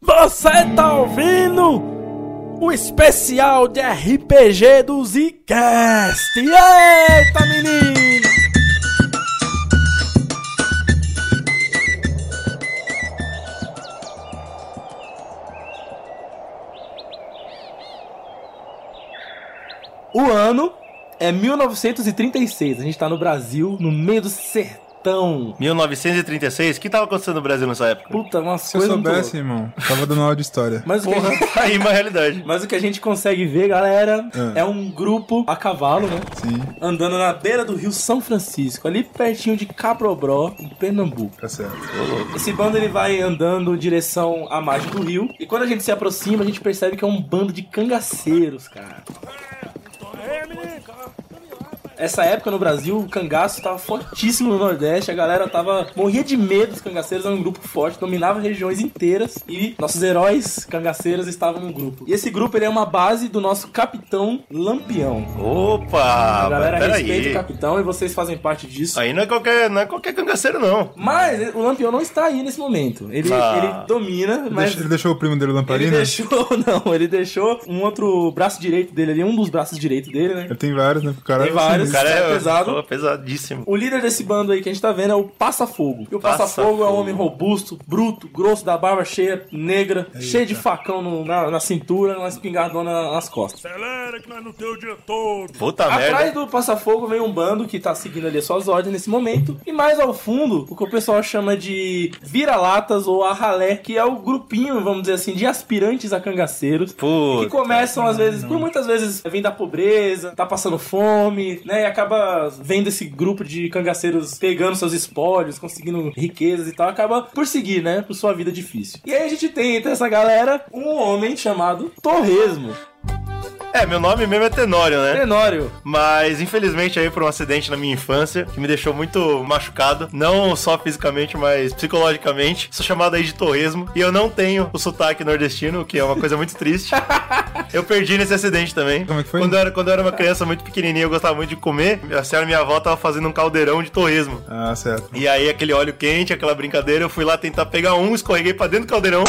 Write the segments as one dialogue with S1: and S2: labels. S1: Você tá ouvindo o especial de RPG do Zcast? Eita, menino! O ano é 1936. A gente tá no Brasil, no meio do sertão.
S2: 1936? O que tava acontecendo no Brasil nessa época?
S1: Puta, umas
S3: Se eu
S1: coisas. muito
S3: soubesse,
S1: loucas.
S3: irmão, tava dando aula de história.
S1: Mas o que a gente
S2: Tá aí uma realidade.
S1: Mas o que a gente consegue ver, galera,
S3: Ah.
S1: é um grupo a cavalo, né?
S3: Sim,
S1: Andando na beira do rio São Francisco, ali pertinho de Cabrobró, em Pernambuco.
S3: tá certo.
S1: Esse bando ele vai andando em direção à margem do rio, e quando a gente se aproxima, a gente percebe que é um bando de cangaceiros, cara. Essa época no Brasil, o cangaço tava fortíssimo no Nordeste, a galera tava morria de medo dos cangaceiros, era um grupo forte, dominava regiões inteiras e nossos heróis cangaceiros estavam no grupo. E esse grupo ele é uma base do nosso capitão Lampião.
S2: Opa!
S1: a galera
S2: Ah, mas
S1: respeita o
S2: peraí.
S1: capitão e vocês fazem parte disso.
S2: Aí não é qualquer, não é qualquer cangaceiro, não.
S1: Mas o Lampião não está aí nesse momento. Ele,
S2: Ah.
S1: ele domina,
S3: Ele
S1: mas
S3: deixou- Ele deixou o primo dele
S1: Ele
S3: lamparina? Ele,
S1: deixou, não, ele deixou um outro braço direito dele ali, um dos braços direitos dele, né?
S3: tem vários, né? Porque O cara
S1: Tem vários.
S2: O cara é,
S1: É pesado.
S2: Pô, pesadíssimo.
S1: O líder desse bando aí que a gente tá vendo é o Passafogo. E o Passafogo é um
S2: Passafogo.
S1: homem robusto, bruto, grosso, da barba cheia, negra, cheio de facão no- na, na cintura, uma espingardona nas costas.
S4: Acelera que nós não temos o dia todo.
S2: Puta
S1: Atrás
S2: merda.
S1: do Passafogo vem um bando que tá seguindo ali as suas ordens nesse momento. E mais ao fundo, o que o pessoal chama de vira-latas ou arralé, que é o grupinho, vamos dizer assim, de aspirantes a cangaceiros. Que
S2: Puta.
S1: começam, às vezes, por muitas vezes, vem da pobreza, tá passando fome, né? E acaba vendo esse grupo de cangaceiros pegando seus espólios, conseguindo riquezas e tal, acaba por seguir, né? Por sua vida difícil. E aí a gente tem entre essa galera um homem chamado Torresmo,
S2: É, meu nome mesmo é Tenório, né?
S1: Tenório.
S2: Mas infelizmente aí por um acidente na minha infância que me deixou muito machucado, não só fisicamente, mas psicologicamente. Sou chamado aí de torresmo e eu não tenho o sotaque nordestino, o que é uma coisa muito triste. Eu perdi nesse acidente também.
S3: Como é que foi?
S2: Quando eu, era, quando eu era uma criança muito pequenininha, eu gostava muito de comer. A senhora minha avó tava fazendo um caldeirão de torresmo.
S3: Ah, certo.
S2: E aí aquele óleo quente, aquela brincadeira, eu fui lá tentar pegar um, escorreguei pra dentro do caldeirão,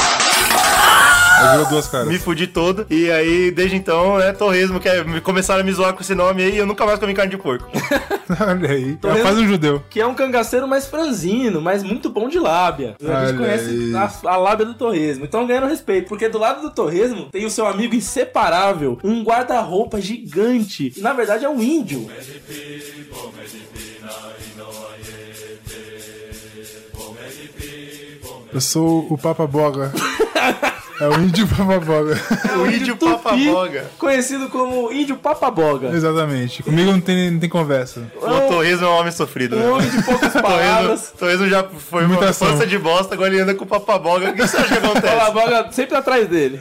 S3: Aí virou duas
S2: me
S3: caras.
S2: fudi todo. E aí desde então, né, torresmo, que é, me- começaram a me zoar com esse nome aí, e eu nunca mais comi carne de porco.
S3: Olha aí.
S1: vendo?
S3: Ela faz um judeu.
S1: Que é um cangaceiro mais franzino, mas muito bom de lábia. A gente
S3: Olha
S1: conhece a, a lábia do Torresmo. Então ganhando respeito, porque do lado do Torresmo tem o seu amigo inseparável, um guarda-roupa gigante. E na verdade é um índio.
S3: Eu sou o Papa Boga. É o índio Papa Boga.
S2: É o índio papaboga.
S1: Conhecido como índio papaboga.
S3: Exatamente. Comigo não tem, não tem conversa.
S2: O Torresmo é um homem sofrido,
S1: Um
S2: né?
S1: homem de poucas palavras.
S2: Torresmo, Torresmo já foi
S3: Muita
S2: uma
S3: ação.
S2: força de bosta, agora ele anda com o papaboga. O que você acha que acontece?
S1: Papaboga sempre atrás dele.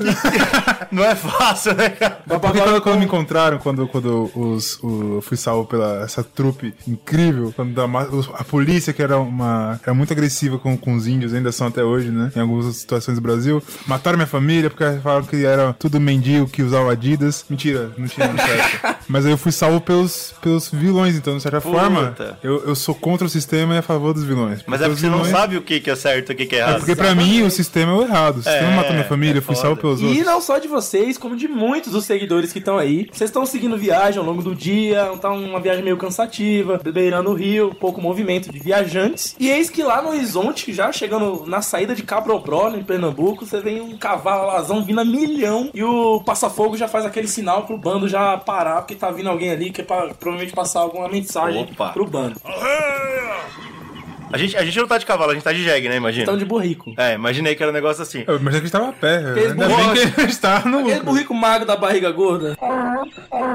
S2: Não é fácil, né, cara?
S3: Porque
S1: Papaboga
S3: quando, quando me encontraram, quando, quando os, o- eu fui salvo pela essa trupe incrível, quando da ma- os- a, polícia, que era uma era muito agressiva com, com os índios, ainda são até hoje, né? Em algumas situações do Brasil, mataram minha família porque falaram que era tudo mendigo que usava Adidas. Mentira, não tinha nome certo. Mas aí eu fui salvo pelos, pelos vilões, então, de certa forma, eu, eu sou contra o sistema e a favor dos vilões.
S2: Mas é
S3: os
S2: porque você não
S3: vilões-
S2: sabe o que que é certo e o que que é
S3: É
S2: errado.
S3: porque pra mim o sistema é o errado. O sistema
S2: É,
S3: matou minha família,
S2: é
S3: eu fui
S2: foda.
S3: salvo pelos
S1: E
S3: outros.
S1: não só de vocês, como de muitos dos seguidores que estão aí. Vocês estão seguindo viagem ao longo do dia, tá uma viagem meio cansativa, beirando o rio, pouco movimento de viajantes. E eis que lá no horizonte, já chegando na saída de Cabrobró, em Pernambuco, você vem um cavalo alazão vindo a milhão e o passafogo já faz aquele sinal pro bando já parar, porque tá vindo alguém ali que é pra, provavelmente passar alguma mensagem
S2: Opa.
S1: pro bando.
S4: Arreia!
S2: A gente, a gente não tá de cavalo, a gente tá de jegue, né?
S1: Então
S2: Imagina.
S1: de burrico.
S2: É, imaginei que era um negócio assim.
S3: Eu imaginei que a gente tava a pé. Ainda
S1: burro-
S3: bem que a gente tá no.
S1: Aquele burrico magro da barriga gorda.
S3: Ah.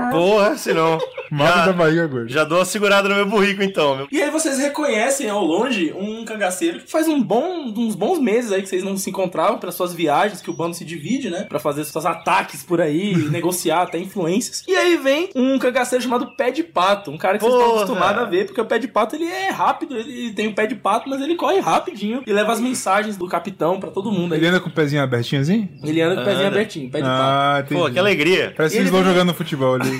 S2: Porra, se não.
S3: Mata da
S2: Já,
S3: barriga, gordo.
S2: já dou uma segurada no meu burrico, então, meu.
S1: E aí vocês reconhecem ao longe um cangaceiro que faz um bom, uns bons meses aí que vocês não se encontravam pelas suas viagens, que o bando se divide, né? Pra fazer seus ataques por aí, negociar até influências. E aí vem um cangaceiro chamado Pé de Pato, um cara que vocês estão
S2: Porra!
S1: acostumados a ver, porque o Pé de Pato ele é rápido, ele tem um pé de pato, mas ele corre rapidinho e leva as mensagens do capitão pra todo mundo aí.
S3: Ele anda com o pezinho abertinho assim?
S1: Ele anda com o pezinho
S2: Anda.
S1: abertinho, pé de pato.
S3: Ah, entendi.
S2: Pô, que alegria.
S3: Parece que
S1: Ele
S3: eles vão
S1: tem-
S3: jogando futebol ali.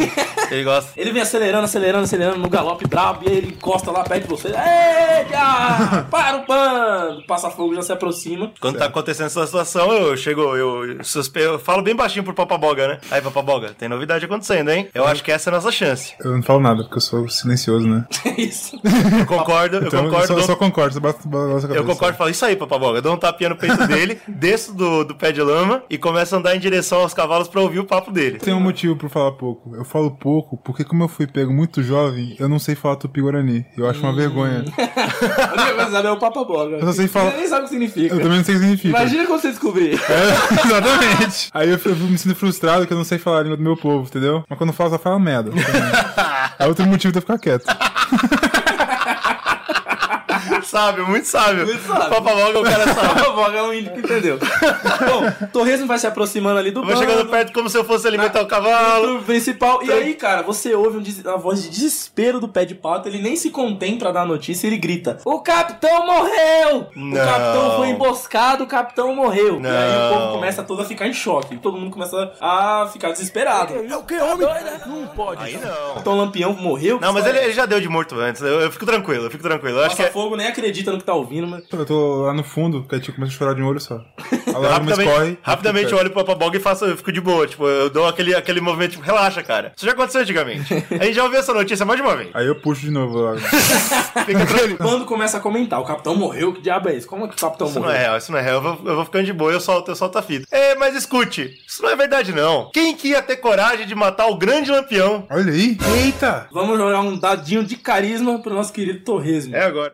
S2: Ele gosta.
S1: Ele vem acelerando, acelerando, acelerando no galope brabo, e aí ele encosta lá perto de você. Ei, já! Para o bando! Passa fogo, já se aproxima.
S2: Quando tá acontecendo essa situação, eu chego, eu, suspe... eu falo bem baixinho pro Papaboga, né? Aí, Papaboga, tem novidade acontecendo, hein?
S3: Uhum.
S2: Eu acho que essa é a nossa chance.
S3: Eu não falo nada, porque eu sou silencioso, né?
S1: É isso.
S2: Eu concordo, eu
S3: Então,
S2: concordo.
S3: só,
S2: dou-
S3: só concordo, você bate, balança a cabeça.
S2: Eu concordo, falo, isso aí, papaboga. Dou um tapinha no peito dele, desço do, do pé de lama e começo a andar em direção aos cavalos pra ouvir o papo dele.
S3: Tem um motivo pra eu falar pouco. Eu falo pouco porque, como eu fui pego muito jovem, eu não sei falar tupi-guarani. Eu acho
S2: Hum.
S3: uma vergonha.
S1: A única coisa que sabe é o Papa Boga.
S3: Eu só sei falar-
S1: Você nem sabe o que significa.
S3: Eu também não sei o que significa.
S1: Imagina quando você descobrir.
S3: É, exatamente. Aí eu, fico- eu me sinto frustrado que eu não sei falar a língua do meu povo, entendeu? Mas quando eu falo, só falo merda. é outro motivo de eu ficar quieto.
S2: Sábio, muito sábio.
S1: Muito sábio.
S2: Papaboga é o cara sábio.
S1: Papa Boga é um índio que entendeu. Bom, Torresmo vai se aproximando ali do
S2: Eu Vou chegando perto como se eu fosse alimentar o cavalo.
S1: O principal. E aí, cara, você ouve um des- a voz de desespero do pé de pato, ele nem se contém pra dar a notícia, ele grita: O capitão morreu!
S2: Não.
S1: O capitão foi emboscado, o capitão morreu. E aí
S2: Não.
S1: o povo começa todo a ficar em choque, todo mundo começa a ficar desesperado. É o que, homem? Não pode.
S2: Aí não.
S1: Então o Lampião morreu?
S2: Não, mas ele, ele já deu de morto antes. Eu, eu fico tranquilo, eu fico tranquilo. Eu acho que
S1: Passa
S2: é-
S1: fogo, nem acredita no que tá ouvindo, mas.
S3: Eu tô lá no fundo, que a tia começa a chorar de um olho só. A lágrima
S2: Rapidamente,
S3: escorre.
S2: rapidamente eu olho pro Papaboga e faço, eu fico de boa. Tipo, eu dou aquele, aquele movimento, tipo, relaxa, cara. Isso já aconteceu antigamente. A gente já ouviu essa notícia mais de uma vez.
S3: Aí eu puxo de novo a lágrima.
S2: Fica tranquilo.
S1: O bando começa a comentar: O capitão morreu, que diabo é isso? Como é que o capitão
S2: Isso não
S1: morreu?
S2: é real, isso não é real. Eu vou, eu vou ficando de boa, eu solto, eu solto a fita. É, mas escute, isso não é verdade, não. Quem que ia ter coragem de matar o grande lampião?
S3: Olha aí. Eita!
S1: Vamos jogar um dadinho de carisma pro nosso querido Torresmo.
S2: É agora.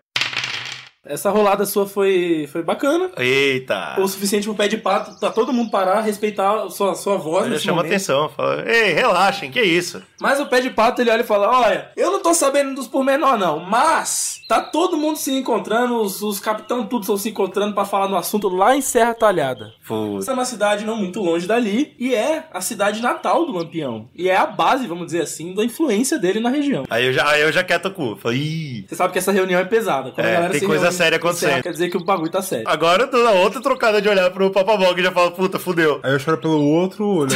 S1: Essa rolada sua foi, foi bacana.
S2: Eita.
S1: o suficiente pro pé de pato, pra todo mundo parar, respeitar a sua, a sua voz
S2: Já
S1: nesse
S2: chama
S1: momento.
S2: atenção, fala, ei, relaxem, que isso?
S1: Mas o pé de pato, ele olha e fala, olha, eu não tô sabendo dos pormenor não, mas tá todo mundo se encontrando, os, os capitão tudo estão se encontrando pra falar no assunto lá em Serra Talhada.
S2: Puta.
S1: Essa é uma cidade não muito longe dali, e é a cidade natal do Lampião. E é a base, vamos dizer assim, da influência dele na região.
S2: Aí eu já, aí eu já quieto o cu. Falei, ih.
S1: Você sabe que essa reunião é pesada. Quando
S2: É,
S1: a galera
S2: tem
S1: se
S2: coisa
S1: reúne
S2: séria
S1: em Serra,
S2: acontecendo.
S1: Quer dizer que o bagulho tá sério.
S2: Agora eu tô na outra trocada de olhar pro Papabog e já falo, puta, fudeu.
S3: Aí eu choro pelo outro olho.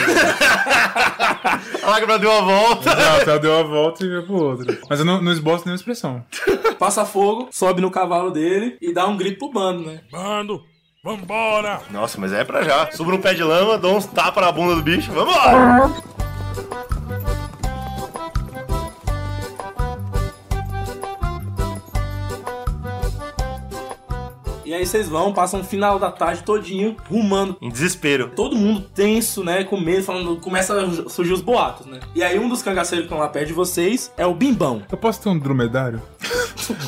S2: A lágrima deu uma volta.
S3: Exato, ela deu a volta e veio pro outro. Mas eu não, não esboço nenhuma expressão.
S1: Passa fogo, sobe no cavalo dele e dá um grito pro bando, né?
S4: Bando, vambora!
S2: Nossa, mas é pra já. Subo no pé de lama, dou uns tapas na bunda do bicho, vambora!
S1: E aí vocês vão, passam o final da tarde todinho rumando.
S2: Em desespero.
S1: Todo mundo tenso, né? Com medo, falando. Começa a surgir os boatos, né? E aí um dos cangaceiros que estão lá perto de vocês é o Bimbão.
S3: Eu posso ter um dromedário?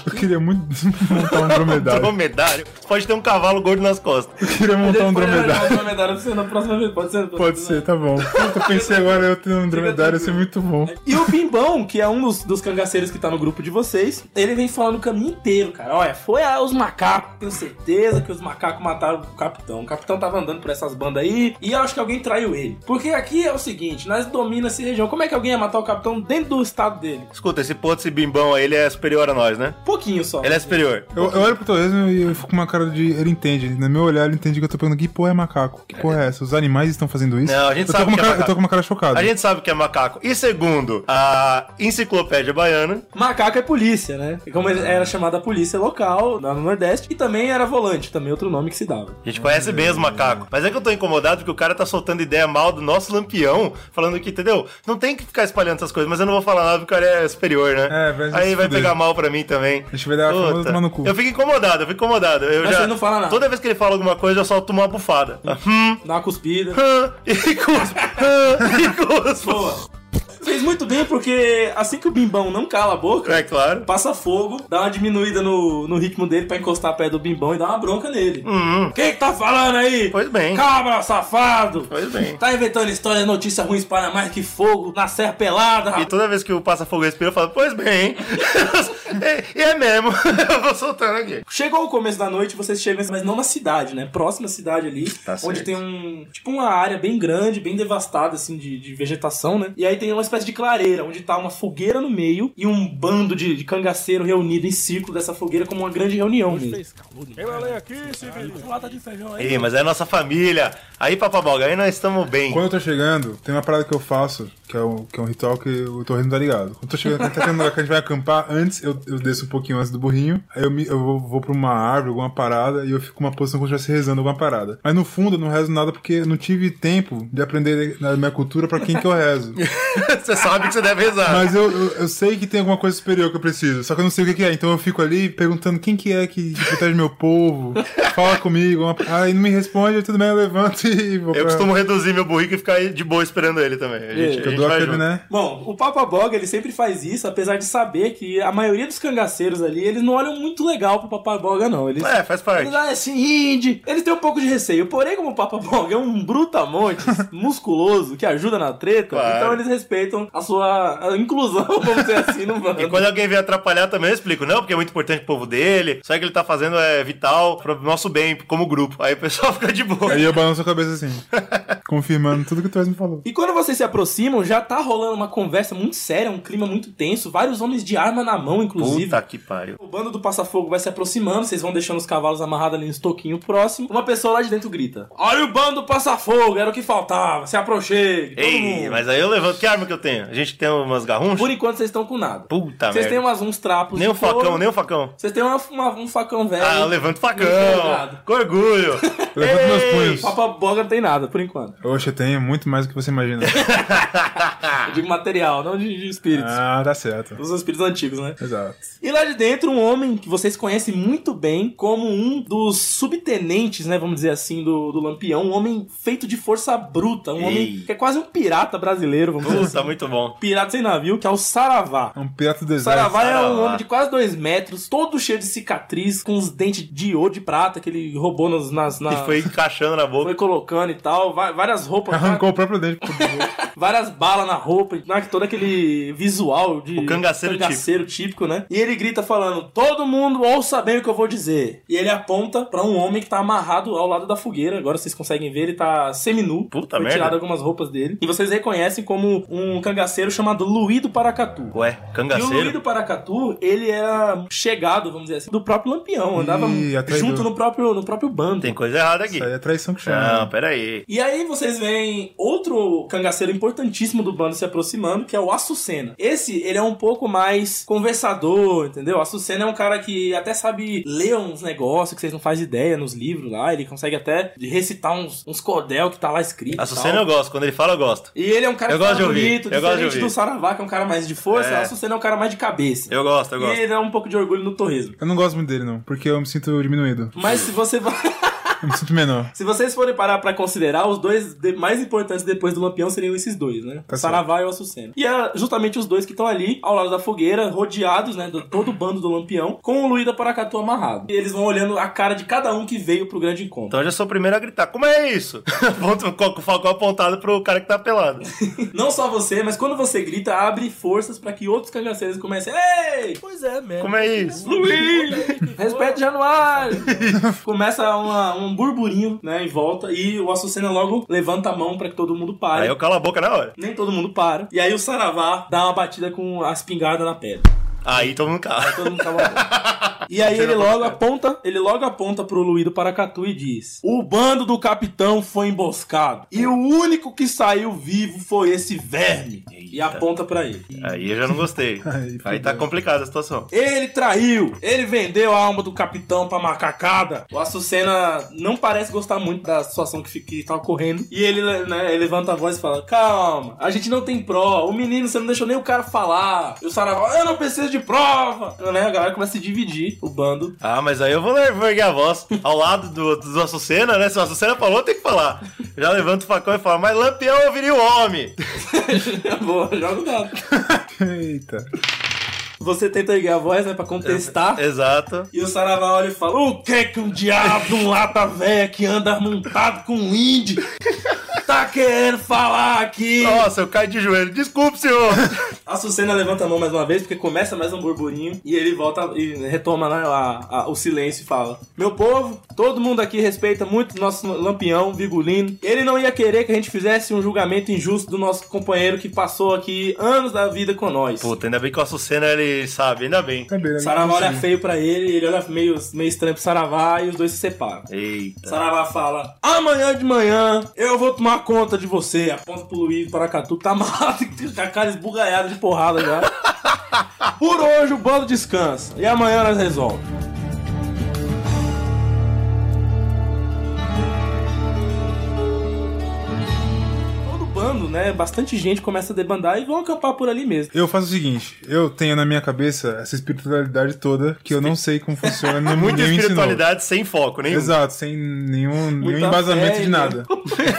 S3: Eu queria muito montar um dromedário.
S2: Dromedário. Pode ter um cavalo gordo nas costas.
S3: Eu queria montar um
S1: Depois eu
S3: dromedário.
S1: vou dar uma medalha pra você na próxima vez, pode ser?
S3: Pode ser, tá bom. Eu pensei agora eu tendo um dromedário, ia ser muito bom.
S1: né. E o Bimbão, que é um dos, dos cangaceiros que tá no grupo de vocês, ele vem falando o caminho inteiro, cara. Olha, foi a- os macacos. Tenho certeza que os macacos mataram o capitão. O capitão tava andando por essas bandas aí e eu acho que alguém traiu ele. Porque aqui é o seguinte, nós domina essa região. Como é que alguém ia matar o capitão dentro do estado dele?
S2: Escuta, esse ponto, esse bimbão aí, ele é superior a nós, né?
S1: Pouquinho só.
S2: Ele é superior.
S3: Eu, eu olho pro Torresmo e eu fico com uma cara de. Ele entende. No meu olhar, ele entende que eu tô perguntando que porra é macaco? Que porra é essa? Os animais estão fazendo isso?
S2: Não, a gente
S3: eu tô
S2: sabe
S3: com uma
S2: que é
S3: cara,
S2: macaco.
S3: Eu tô com uma cara chocada.
S2: A gente sabe que é macaco. E segundo a enciclopédia baiana,
S1: Macaco é polícia, né? E Como ele era chamada a polícia local lá no Nordeste. E também era volante, também outro nome que se dava.
S2: a gente conhece bem os
S3: Hum.
S2: macacos. Mas é que eu tô incomodado porque o cara tá soltando ideia mal do nosso lampião, falando que, entendeu? Não tem que ficar espalhando essas coisas, mas eu não vou falar nada porque o cara é superior, né?
S3: É, vai se
S2: Aí vai
S3: fuder.
S2: pegar mal pra mim também.
S3: A gente vai dar a famosa
S2: Puta.
S3: tomar no cu.
S2: Eu fico incomodado, eu fico incomodado. Eu
S1: Mas
S2: já...
S1: você não fala nada.
S2: Toda vez que ele fala alguma coisa, eu solto uma bufada. Hum,
S1: Dá uma cuspida.
S2: hum, e cuspo, hum, e cuspo.
S1: Boa. Fez muito bem porque assim que o Bimbão não cala a boca,
S2: É claro.
S1: passa fogo, dá uma diminuída no, no ritmo dele pra encostar a pé do bimbão e dar uma bronca nele.
S2: Hum,
S1: Quem que tá falando aí?
S2: Pois bem.
S1: Cabra, safado!
S2: Pois bem.
S1: Tá inventando história, notícia ruim espalha mais que fogo, na serra pelada,
S2: E
S1: rapaz.
S2: toda vez que o passa-fogo respira, eu falo, pois bem. e e é mesmo. eu vou soltando aqui.
S1: Chegou o começo da noite, vocês chegam, mas não na cidade, né? Próxima cidade ali,
S2: Tá
S1: onde
S2: certo.
S1: tem um. Tipo uma área bem grande, bem devastada, assim, de, de vegetação, né? E aí tem uma espécie de clareira, onde tá uma fogueira no meio e um bando de, de cangaceiro reunido em círculo dessa fogueira, como uma grande reunião mesmo.
S4: Quem vai ler aqui, Civilino?
S2: Ih, mas é a nossa família. Aí, papaboga, aí nós estamos bem.
S3: Quando eu tô chegando, tem uma parada que eu faço, que é um, que é um ritual que o Torres não tá ligado. Quando eu tô chegando, quando tá tendo um lugar que a gente vai acampar, antes eu, eu desço um pouquinho antes do burrinho, aí eu, me, eu vou, vou pra uma árvore, alguma parada, e eu fico numa posição como se eu estivesse rezando alguma parada. Mas no fundo eu não rezo nada porque eu não tive tempo de aprender na minha cultura pra quem que eu rezo.
S2: você sabe que você deve rezar.
S3: Mas eu, eu, eu sei que tem alguma coisa superior que eu preciso, só que eu não sei o que, que é. Então eu fico ali perguntando quem que é que protege meu povo, fala comigo. uma- Aí não me responde, tudo bem, eu levanto e vou
S2: Eu
S3: pra...
S2: costumo reduzir meu burrico e ficar aí de boa esperando ele também. A gente, a
S3: É, Eu
S2: gente
S3: dou
S2: vai
S3: aquele,
S2: junto.
S3: né?
S1: Bom, o Papa Boga, ele sempre faz isso, apesar de saber que a maioria dos cangaceiros ali, eles não olham muito legal pro Papa Boga, não. Eles...
S2: É, faz parte.
S1: Eles, ah, esse indie. Eles têm um pouco de receio. Porém, como o Papa Boga é um brutamonte musculoso que ajuda na treta,
S2: Claro.
S1: então eles respeitam a sua a inclusão, vamos dizer assim, no
S2: E
S1: bando.
S2: quando é- alguém vier atrapalhar também, eu explico. Não, porque é muito importante pro povo dele. Só que ele tá fazendo é vital pro nosso bem, como grupo. Aí o pessoal fica de boa.
S3: Aí eu balanço a cabeça assim, confirmando tudo que o Torres me falou.
S1: E quando vocês se aproximam, já tá rolando uma conversa muito séria, um clima muito tenso, vários homens de arma na mão, inclusive.
S2: Puta que pariu.
S1: O bando do Passafogo vai se aproximando, vocês vão deixando os cavalos amarrados ali no estoquinho próximo. Uma pessoa lá de dentro grita: Olha o bando do Passafogo, era o que faltava, se aproxime. todo
S2: Ei,
S1: mundo."
S2: mas aí eu levanto. Que arma que eu tenho? A gente tem umas garrunchas?
S1: Por enquanto vocês estão com nada.
S2: Puta
S1: Vocês
S2: merda.
S1: têm umas, uns trapos.
S2: Nem
S1: de
S2: o facão,
S1: couro.
S2: nem o facão.
S1: Vocês têm uma, uma- um facão velho.
S2: Ah, eu levanto o facão.
S1: Envergado.
S2: Com orgulho.
S3: Levanto meus
S2: Ei,
S3: punhos.
S1: Papa Boga não tem nada, por enquanto.
S3: Oxe, eu tenho muito mais do que você imagina.
S2: Ah.
S1: Eu digo material, não de, de espíritos.
S3: ah, tá certo.
S1: Dos espíritos antigos, né?
S3: Exato.
S1: E lá de dentro, um homem que vocês conhecem muito bem como um dos subtenentes, né? Vamos dizer assim, do, do Lampião. Um homem feito de força bruta. Um
S2: Ei.
S1: homem que é quase um pirata brasileiro, vamos dizer assim.
S2: Puta, muito bom.
S1: Pirata sem navio, que é o Saravá.
S3: É um pirata do
S1: O
S3: deserto.
S1: Saravá é um
S2: Saravá.
S1: homem de quase dois metros, todo cheio de cicatriz, com os dentes de ouro de prata que ele roubou nas. nas na-
S2: E foi É um encaixando na boca.
S1: foi colocando e tal, va- várias roupas,
S3: Arrancou o próprio dente. pro burro.
S1: várias balas na roupa, na- todo aquele visual de
S2: O cangaceiro
S1: cangaceiro típico. né? E ele grita falando: "Todo mundo ouça bem o que eu vou dizer". E ele aponta pra um homem que tá amarrado ao lado da fogueira. Agora vocês conseguem ver, ele tá seminu.
S2: Puta
S1: Foi
S2: merda.
S1: tirado algumas roupas dele. E vocês reconhecem como um cangaceiro chamado Luí do Paracatu. E
S2: Ué,
S1: o Luí do
S2: cangaceiro.
S1: Paracatu, ele era chegado, vamos dizer assim, do próprio Lampião. Andava
S3: Ih, é traidor.
S1: junto no próprio, no próprio bando.
S2: Tem coisa errada aqui.
S3: Isso aí é traição que
S2: Não,
S3: chama.
S2: peraí.
S1: E aí vocês veem outro cangaceiro importantíssimo do bando se aproximando, que é o Açucena. Esse, ele é um pouco mais conversador, entendeu? O Açucena é um cara que até sabe ler uns negócios que vocês não fazem ideia nos livros lá, ele consegue até recitar uns, uns cordel que tá lá escrito. e
S2: A Sucena
S1: tal.
S2: eu gosto. Quando ele fala, eu gosto.
S1: E ele é um cara
S2: é Eu
S1: que fala
S2: gosto de ouvir,
S1: bonito,
S2: eu
S1: diferente
S2: gosto de
S1: do
S2: ouvir.
S1: Saravá, que é um cara mais de força,
S2: É.
S1: o Açucena é um cara mais de cabeça.
S2: Eu gosto, eu
S1: e
S2: gosto.
S1: ele é um pouco de orgulho no torresmo.
S3: Eu não gosto muito dele, não, porque eu me sinto diminuído.
S1: Mas se você vai...
S3: Eu me sinto menor.
S1: Se vocês forem parar pra considerar, os dois de- mais importantes depois do Lampião seriam esses dois, né?
S3: Tá certo.
S1: Saravá e o Açucena. E é justamente os dois que estão ali, ao lado da fogueira, rodeados, né, do todo o bando do Lampião, com o Luída Paracatu amarrado. E eles vão olhando a cara de cada um que veio pro grande encontro.
S2: Então eu já sou o primeiro a gritar. Como é isso? Aponto com o falcão apontado pro cara que tá pelado.
S1: Não só você, mas quando você grita, abre forças pra que outros cangaceiros comecem. Ei! Pois é, mesmo.
S2: Como é isso?
S1: Respeito Januário! Começa uma- um burburinho, né, em volta, e o Açucena logo levanta a mão pra que todo mundo pare.
S2: Aí eu calo a boca na hora.
S1: Nem todo mundo para. E aí o Saravá dá uma batida com a espingarda na pedra.
S2: Aí todo mundo cala.
S1: Todo mundo cala a boca. E aí ele logo aponta, ele logo aponta pro Luí do Paracatu e diz: "O bando do capitão foi emboscado e o único que saiu vivo foi esse verme." E aponta pra ele.
S2: Aí eu já não gostei.
S3: Aí,
S2: Aí
S3: fudeu.
S2: tá complicada a situação.
S1: Ele traiu, ele vendeu a alma do capitão pra macacada. O Açucena não parece gostar muito da situação que, fi- que tá ocorrendo. E ele, né, ele levanta a voz e fala: Calma, a gente não tem prova. O menino, você não deixou nem o cara falar. E o Saravá, eu não preciso de prova. Né, a galera começa a se dividir, o bando.
S2: Ah, mas aí eu vou le- vou erguer a voz ao lado do, do Açucena, né? Se o Açucena falou, tem que falar. Já levanta o facão e fala, mas Lampião eu viria o homem.
S1: Boa, joga o dado.
S3: Eita.
S1: Você tenta erguer a voz, né, pra contestar.
S2: É, Exato.
S1: E o Saravá olha e fala: O que que um diabo de um lata véia que anda montado com um índio tá querendo falar aqui?
S2: Nossa, eu caio de joelho. Desculpe, senhor.
S1: A Sucena levanta a mão mais uma vez, porque começa mais um burburinho, e ele volta e retoma né, a- a- o silêncio e fala: Meu povo, todo mundo aqui respeita muito nosso lampião, Vigulino. Ele não ia querer que a gente fizesse um julgamento injusto do nosso companheiro que passou aqui anos da vida com nós.
S2: Puta, ainda bem que o Açucena ele ele sabe, ainda bem.
S3: Também, né?
S1: Saravá olha
S3: Sim.
S1: feio pra ele, ele olha meio, meio estranho pro Saravá e os dois se separam.
S2: Eita.
S1: Saravá fala: Amanhã de manhã eu vou tomar conta de você. Aponta pro Luiz Paracatu, que tá amarrado, com a cara esbugalhada de porrada já. Por hoje o bando descansa e amanhã nós resolvemos. Todo bando, né? Bastante gente começa a debandar e vão acampar por ali mesmo.
S3: Eu faço o seguinte, eu tenho na minha cabeça essa espiritualidade toda que eu não sei como funciona, nem
S2: Muita
S3: ninguém me ensinou.
S2: espiritualidade sem foco, nenhum.
S3: Exato, sem nenhum, nenhum
S1: Muita
S3: embasamento
S1: fé, né?
S3: de nada.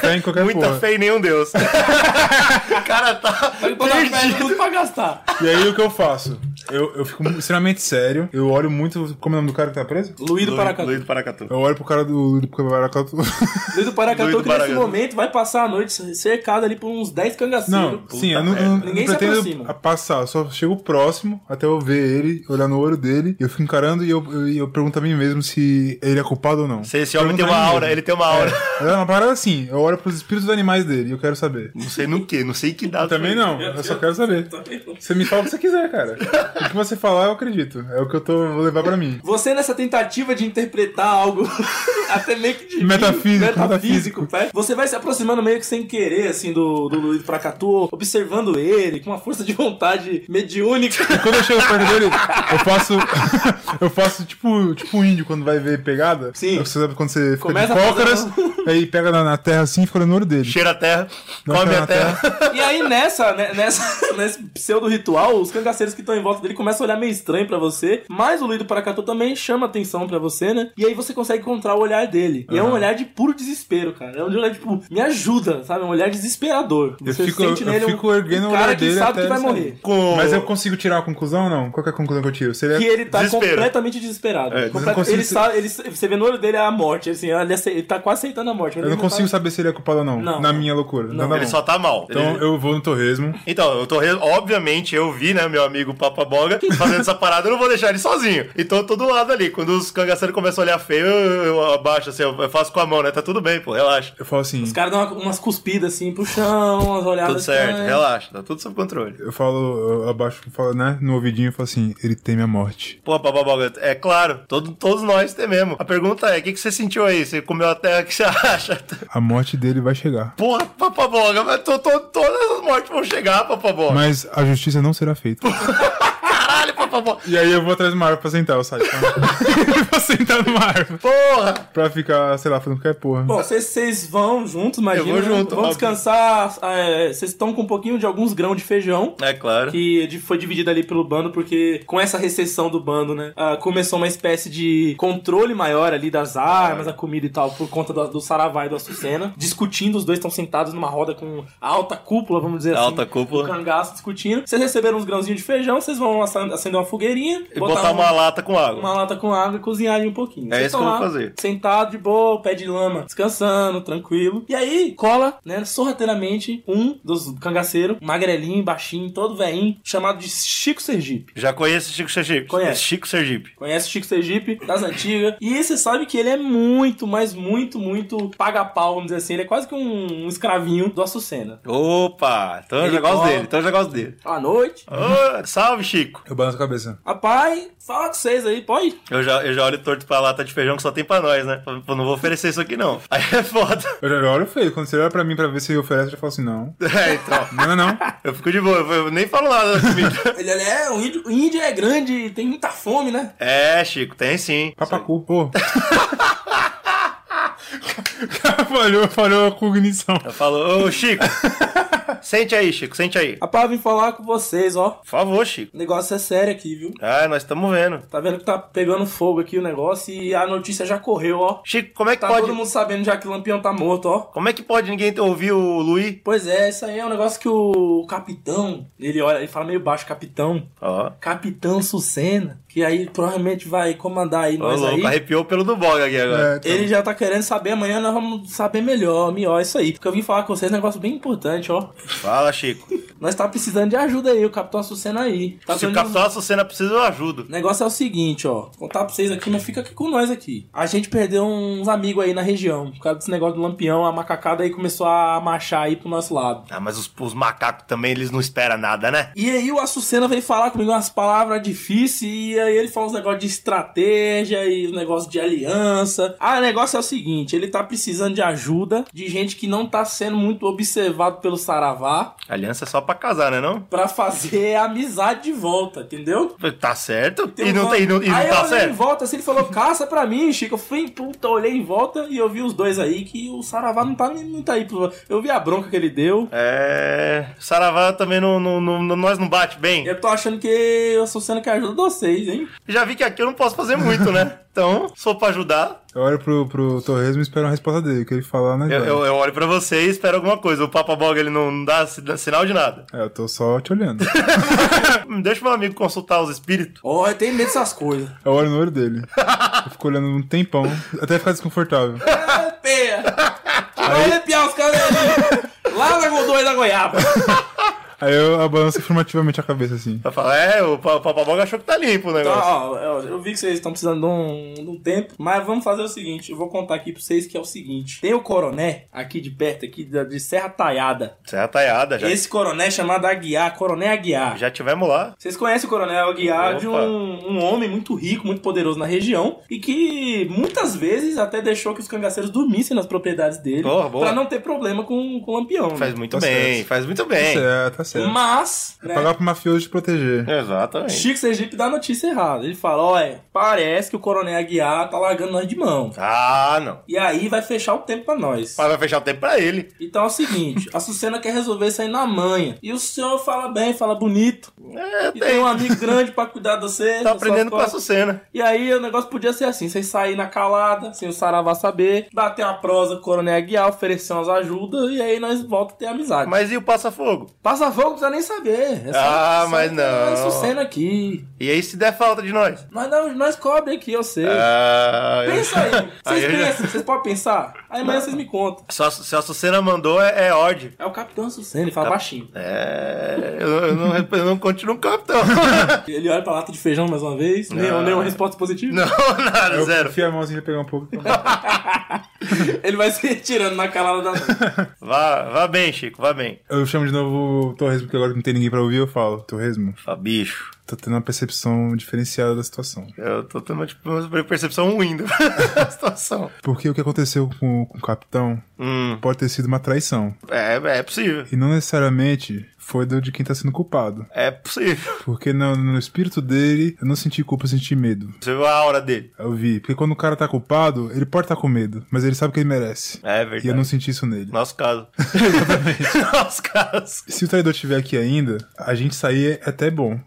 S3: Fé em qualquer
S2: Muita
S3: porra.
S2: fé e nenhum Deus. o cara tá
S1: Ele bota a pele
S2: perdido.
S1: tudo pra gastar.
S3: E aí o que eu faço? Eu, eu fico extremamente sério, eu olho muito. Como é o nome do cara que tá preso?
S1: Luiz do Paracatu.
S2: Luiz do Paracatu.
S3: Eu olho pro cara do, do Paracatu.
S1: Luiz do Paracatu,
S2: Doido
S1: que nesse
S2: Baralhado.
S1: momento vai passar a noite cercado ali por uns 10 cangaceiros.
S3: Não, sim, eu
S2: Puta
S3: não, eu não-
S1: merda. Ninguém
S3: não
S1: se
S3: pretendo
S1: aproxima.
S3: a passar, eu só chego próximo até eu ver ele, olhar no olho dele, eu fico encarando e eu, eu, eu pergunto a mim mesmo se ele é culpado ou não.
S2: Esse, esse homem tem
S3: Pergunto
S2: uma
S3: a mim
S2: aura,
S3: mesmo.
S2: ele tem uma aura.
S3: É uma parada assim, eu olho pros espíritos dos animais dele e eu quero saber.
S2: Não sei no que, não sei que dado.
S3: Também não, eu só quero saber. Você me fala o que você quiser, cara. O que você falar, eu acredito. É o que eu tô, vou levar pra mim.
S1: Você nessa tentativa de interpretar algo até meio que divino,
S3: Metafísico,
S1: metafísico,
S3: metafísico.
S1: né? você vai se aproximando meio que sem querer assim do, do Luiz Paracatu, observando ele com uma força de vontade mediúnica.
S3: Quando eu chego perto dele, eu faço. eu faço tipo, tipo um índio quando vai ver pegada.
S1: Sim.
S3: Você sabe quando você fica
S1: Começa
S3: de
S1: a
S3: cócaras, aí pega na, na terra assim e fica olhando no olho dele.
S2: Cheira a terra,
S3: Não
S2: come
S3: cheira
S2: a
S3: a
S2: terra.
S1: E aí nessa, né, nessa nesse pseudo ritual, os cangaceiros que estão em volta dele começam a olhar meio estranho pra você, mas o Luido Paracatu também chama atenção pra você, né? E aí você consegue encontrar o olhar dele. E é um olhar de puro desespero, cara. É um olhar tipo, me ajuda, sabe? É um olhar desesperador.
S3: Eu
S1: você
S3: fico,
S1: sente
S3: eu
S1: nele um-
S3: fico erguendo
S1: um
S3: o
S1: cara
S3: olho
S1: que
S3: dele.
S1: sabe
S3: até
S1: que vai
S3: ele sair.
S1: morrer.
S2: Com...
S3: Mas é eu consigo tirar a conclusão ou não? Qual que é a conclusão que eu tiro? Se ele é-
S1: Que ele tá
S2: Desespero.
S1: completamente desesperado.
S2: É,
S1: Comple-
S3: eu não consigo-
S1: ele sabe, ele, você vê no olho dele a morte, assim, ele, ace- ele tá quase aceitando a morte. mas
S3: Eu não
S1: ele
S3: consigo
S1: tá-
S3: saber se ele é culpado ou não,
S1: Não.
S3: na minha loucura. Não, dá
S2: Ele
S3: bom.
S2: só tá mal.
S3: Então
S2: Ele-
S3: eu vou no torresmo.
S2: Então, eu tô. re- Obviamente, eu vi, né, meu amigo Papa Boga fazendo essa parada, eu não vou deixar ele sozinho. Então eu tô do lado ali. Quando os cangaceiros começam a olhar feio, eu, eu abaixo, assim, eu eu faço com a mão, né? Tá tudo bem, pô, relaxa.
S3: Eu falo assim.
S1: Os caras dão uma- umas cuspidas assim pro chão, umas olhadas.
S2: Tudo certo,
S1: "Ah,
S2: relaxa, tá tudo sob controle.
S3: Eu falo, eu abaixo, falo, né? No ouvidinho, eu falo assim: ele teme a morte.
S2: Pô, Papa Boga, é claro, todo- todos nós tememos. A pergunta é: o que, que você sentiu aí? Você comeu a terra, o que você acha?
S3: A morte dele vai chegar.
S2: Porra, Papa Boga, mas to- to- todas as mortes vão chegar, Papa Boga.
S3: Mas a justiça não será feita.
S2: Caralho, Papa Boga.
S3: E aí eu vou atrás de uma árvore pra sentar, eu saio. Eu vou sentar numa árvore.
S2: Porra!
S3: Pra ficar, sei lá, fazendo qualquer porra.
S1: Bom, vocês- vocês vão juntos, imagina.
S2: Eu vou junto,
S1: Vão
S2: óbvio.
S1: descansar. é, Vocês estão com um pouquinho de alguns grãos de feijão.
S2: É claro.
S1: Que de- foi dividido ali pelo bando, porque com essa recessão do bando, né? ah, começou uma espécie de controle maior ali das armas, da comida e tal, por conta do, do Saravá e do Açucena. Discutindo, os dois estão sentados numa roda com alta cúpula, vamos dizer assim.
S2: é Alta cúpula.
S1: do cangaço discutindo. Vocês receberam uns grãozinhos de feijão, vocês vão assa- acender uma fogueirinha.
S2: E botar uma lata com água.
S1: Uma lata com água e cozinhar ali um pouquinho.
S2: É
S1: Vocês
S2: isso
S1: tão
S2: que eu
S1: lá,
S2: vou fazer.
S1: Sentado de boa, pé de lama, descansando, tranquilo. E aí cola, né, sorrateiramente, um dos cangaceiros, magrelinho, baixinho, todo veinho, chamado de Chico Sergipe.
S2: Já conheço Chico Sergipe.
S1: Conhece.
S2: Chico Sergipe.
S1: Conhece o Chico Sergipe, das antigas. E você sabe que ele é muito, mas muito, muito paga-pau, vamos dizer assim. Ele é quase que um, um escravinho do Açucena.
S2: Opa! Então eu
S1: Ele
S2: já gosto
S1: cola.
S2: dele, então eu já gosto dele.
S1: À noite,
S2: Ô, salve, Chico!
S3: Eu balanço a cabeça.
S1: rapaz, fala com vocês aí, pode?
S2: Eu já, eu já olho torto pra lata de feijão que só tem pra nós, né? Eu não vou oferecer isso aqui, não. Aí é foda.
S3: Eu já olho feio. Quando você olha pra mim pra ver se ele oferece, eu já falo assim: não.
S2: É, então.
S3: Não, não, não.
S2: Eu fico de boa, eu eu nem falo nada da comida.
S1: Ele, ele é, o índio, o índio é grande, tem muita fome, né?
S2: É, Chico, tem sim.
S3: Papacu, pô. falhou, falhou a cognição.
S2: Eu falo, ô, Chico. sente aí, Chico, sente aí.
S1: Rapaz, vim falar com vocês, ó.
S2: Por favor, Chico.
S1: O negócio é sério aqui, viu?
S2: Ah, nós estamos vendo.
S1: Tá vendo que tá pegando fogo aqui o negócio e a notícia já correu, ó.
S2: Chico, como é que
S1: Tá
S2: pode.
S1: todo mundo sabendo já que o Lampião tá morto, ó.
S2: Como é que pode ninguém ouvir o Luiz?
S1: Pois é, isso aí é um negócio que o capitão, ele olha, ele fala meio baixo, capitão.
S2: Ó.
S1: Capitão Sucena, que aí provavelmente vai comandar aí
S2: Ô,
S1: nós
S2: louco,
S1: aí.
S2: arrepiou pelo do Boga aqui agora.
S3: É, então.
S1: Ele já tá querendo saber, amanhã nós vamos saber melhor, melhor, isso aí. Porque eu vim falar com vocês um negócio bem importante, ó.
S2: Fala, Chico.
S1: nós tá precisando de ajuda aí, o Capitão Açucena aí. Tá
S2: Se o
S1: precisando de uns-
S2: Capitão Açucena precisa, eu ajudo.
S1: o negócio é o seguinte, ó. Vou contar pra vocês aqui, mas fica aqui com nós aqui. A gente perdeu uns amigos aí na região. Por causa desse negócio do lampião, a macacada aí começou a marchar aí pro nosso lado.
S2: Ah, mas os, os macacos também, eles não esperam nada, né?
S1: E aí o Açucena veio falar comigo umas palavras difíceis e aí ele fala uns negócios de estratégia e um negócio de aliança. Ah, o negócio é o seguinte, ele tá precisando de ajuda de gente que não tá sendo muito observado pelo Saravá
S2: Aliança é só pra casar, né não?
S1: pra fazer a amizade de volta, entendeu?
S2: Tá certo?
S1: Tem
S2: e
S1: um
S2: não,
S1: nome.
S2: tem, e não, e não
S1: aí eu
S2: tá
S1: olhei em
S2: certo?
S1: volta, assim, ele falou, caça pra mim, Chico. Eu fui, puta, olhei em volta e eu vi os dois aí que o Saravá não tá nem muito aí. pro- Eu vi a bronca que ele deu.
S2: É. Saravá também não, não, não- não- Nós não bate bem.
S1: Eu tô achando que eu sou sendo que ajuda vocês, hein?
S2: Já vi que aqui eu não posso fazer muito, né? Então, sou pra ajudar.
S3: Eu olho pro, pro Torresmo e espero uma resposta dele, que ele falar, né?
S2: Eu, eu- eu olho pra você e espero alguma coisa. O Papa Boga ele não dá sin- sinal de nada.
S3: É, eu tô só te olhando.
S2: Deixa meu amigo consultar os espíritos.
S1: Ó, eu tenho medo dessas coisas.
S3: Eu olho no olho É dele. Eu fico olhando um tempão, até ficar desconfortável.
S1: É, Pia. Vai arrepiar os caras aí. Lá na Godoy da Goiaba.
S3: Aí eu abalanço afirmativamente a cabeça assim.
S2: Vai falar, é, o Pa- o Papa Boga achou que tá limpo o negócio.
S1: Tá, ó, eu- eu vi que vocês estão precisando de um, de um tempo, mas vamos fazer o seguinte, eu vou contar aqui pra vocês que é o seguinte. Tem o coroné aqui de perto, aqui da- de Serra Taiada.
S2: Serra Taiada, já,
S1: Esse coroné é chamado Aguiar, Coroné Aguiar.
S2: já tivemos lá.
S1: Vocês conhecem o Coronel Aguiar
S2: Opa.
S1: de um, um homem muito rico, muito poderoso na região e que muitas vezes até deixou que os cangaceiros dormissem nas propriedades dele
S2: Boa, boa.
S1: pra não ter problema com, com o Lampião. né?
S2: Faz muito
S3: Tá
S2: bem,
S3: certo.
S2: faz muito bem.
S3: É, tá certo.
S1: Mas,
S3: É
S1: né,
S3: pagar pro mafioso te proteger.
S2: Exatamente.
S1: Chico Sergipe dá a notícia errada. Ele fala, olha, parece que o Coronel Aguiar tá largando nós de mão.
S2: Ah, não.
S1: E aí vai fechar o tempo pra nós.
S2: Mas vai fechar o tempo pra ele.
S1: Então é o seguinte, a Sucena quer resolver isso aí na manhã. E o senhor fala bem, fala bonito.
S2: É,
S1: E
S2: tem.
S1: tem um amigo grande pra cuidar de você.
S2: Tá
S1: das suas
S2: aprendendo com a
S1: costas.
S2: Sucena.
S1: E aí o negócio podia ser assim, vocês saírem na calada, sem o Saravá saber, bater uma prosa com o Coronel Aguiar, oferecer umas ajudas, e aí nós volta a ter amizade.
S2: Mas e o Passa-Fogo?
S1: Passa fogo não precisa nem saber. É
S2: Ah, mas
S1: que
S2: não.
S1: Nós sucena aqui.
S2: E aí se der falta de nós?
S1: Nós, dá- nós cobre aqui, eu sei.
S2: Ah, eu-
S1: Pensa aí,
S2: Aí
S1: vocês
S2: eu já-
S1: pensam, vocês podem pensar? Aí amanhã vocês me contam.
S2: Só, se a Sucena mandou, é, é ordem.
S1: É o Capitão Sucena, ele fala baixinho.
S2: É. Eu, eu não, eu não continuo capitão.
S1: Ele olha pra lata de feijão mais uma vez, nem
S2: Não.
S1: nenhuma resposta positiva.
S2: Ah. não, nada,
S3: Eu
S2: É zero.
S3: Enfia a mão assim pra pegar um pouco.
S1: Ele vai se retirando na calada da noite.
S2: Vá, vá bem, Chico, vá bem.
S3: Eu chamo de novo o Torresmo, porque agora que não tem ninguém pra ouvir, eu falo. Torresmo,
S2: Fala, bicho.
S3: tá tendo uma percepção diferenciada da situação.
S2: Eu tô tendo tipo, uma percepção ruim da situação.
S3: Porque o que aconteceu com, com o capitão
S2: Hum,
S3: pode ter sido uma traição.
S2: é, é possível.
S3: E não necessariamente foi do de quem tá sendo culpado.
S2: É possível.
S3: Porque no, no espírito dele, eu não senti culpa, eu senti medo.
S2: Você viu a aura dele.
S3: Eu vi. Porque quando o cara tá culpado, ele pode estar tá com medo, mas ele sabe que ele merece.
S2: É
S3: E
S2: verdade.
S3: eu não senti isso nele.
S2: Nosso caso. Exatamente. Nosso caso.
S3: Se o traidor estiver aqui ainda, a gente sair é até bom.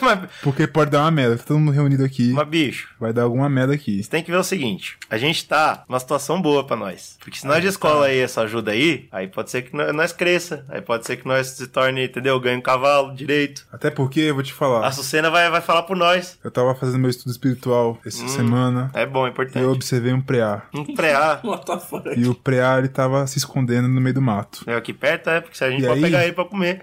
S2: mas,
S3: Porque pode dar uma merda. Tá todo mundo reunido aqui.
S2: mas, bicho,
S3: Vai dar alguma merda aqui.
S2: você tem que ver o seguinte: a gente tá numa situação boa pra nós. Porque se
S3: É,
S2: nós
S3: tá.
S2: descola aí essa ajuda aí, aí pode ser que no- nós cresça. Aí pode ser que nós se torne, entendeu? Ganhe um cavalo direito.
S3: Até porque, eu vou te
S2: A
S3: falar.
S2: Sucena vai, vai falar por nós.
S3: Eu tava fazendo meu estudo espiritual essa semana.
S2: É bom, é
S3: E eu
S2: importante.
S3: observei um preá.
S2: Um preá.
S1: What the fuck?
S3: E o preá, ele tava se escondendo no meio do mato.
S2: Eu aqui perto é, porque se a gente
S3: E
S2: pode
S3: aí?
S2: pegar ele pra comer.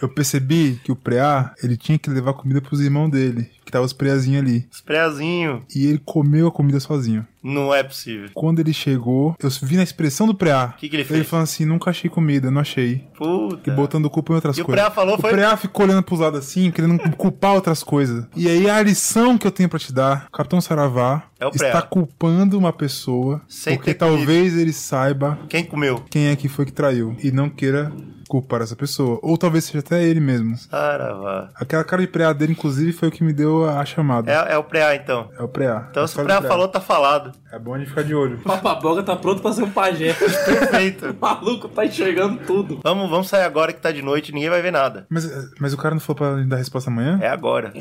S3: Eu percebi que o preá, ele tinha que levar comida pros irmãos dele. Que tava os preazinhos ali.
S2: Os preazinhos.
S3: E ele comeu a comida sozinho.
S2: Não é possível.
S3: Quando ele chegou, eu vi na expressão do preá.
S2: O que que ele
S3: Ele
S2: fez?
S3: falou assim, nunca achei comida, não achei.
S2: Puta.
S3: E botando culpa em outras
S2: E o
S3: coisas.
S2: Preá falou
S3: o
S2: foi-
S3: Preá ficou olhando pros lados assim, querendo culpar outras coisas. E aí a lição que eu tenho pra te dar, o Capitão Saravá
S2: É o Preá.
S3: está culpando uma pessoa
S2: Sem
S3: porque
S2: ter comido.
S3: talvez ele saiba
S2: Quem comeu?
S3: quem é que foi que traiu e não queira culpar essa pessoa. Ou talvez seja até ele mesmo.
S2: Saravá.
S3: Aquela cara de Preá dele, inclusive, foi o que me deu a chamada.
S2: É, é o preá, então.
S3: É o Preá.
S2: Então,
S3: Eu
S2: se o
S3: falo
S2: preá
S3: Preá.
S2: falou, tá falado.
S3: É bom a gente ficar de olho.
S1: O Papaboga tá pronto pra ser um pajé.
S2: Perfeito.
S1: O maluco tá enxergando tudo.
S2: Vamos, vamos sair agora que tá de noite, ninguém vai ver nada.
S3: Mas, mas o cara não falou pra gente dar resposta amanhã?
S2: É agora.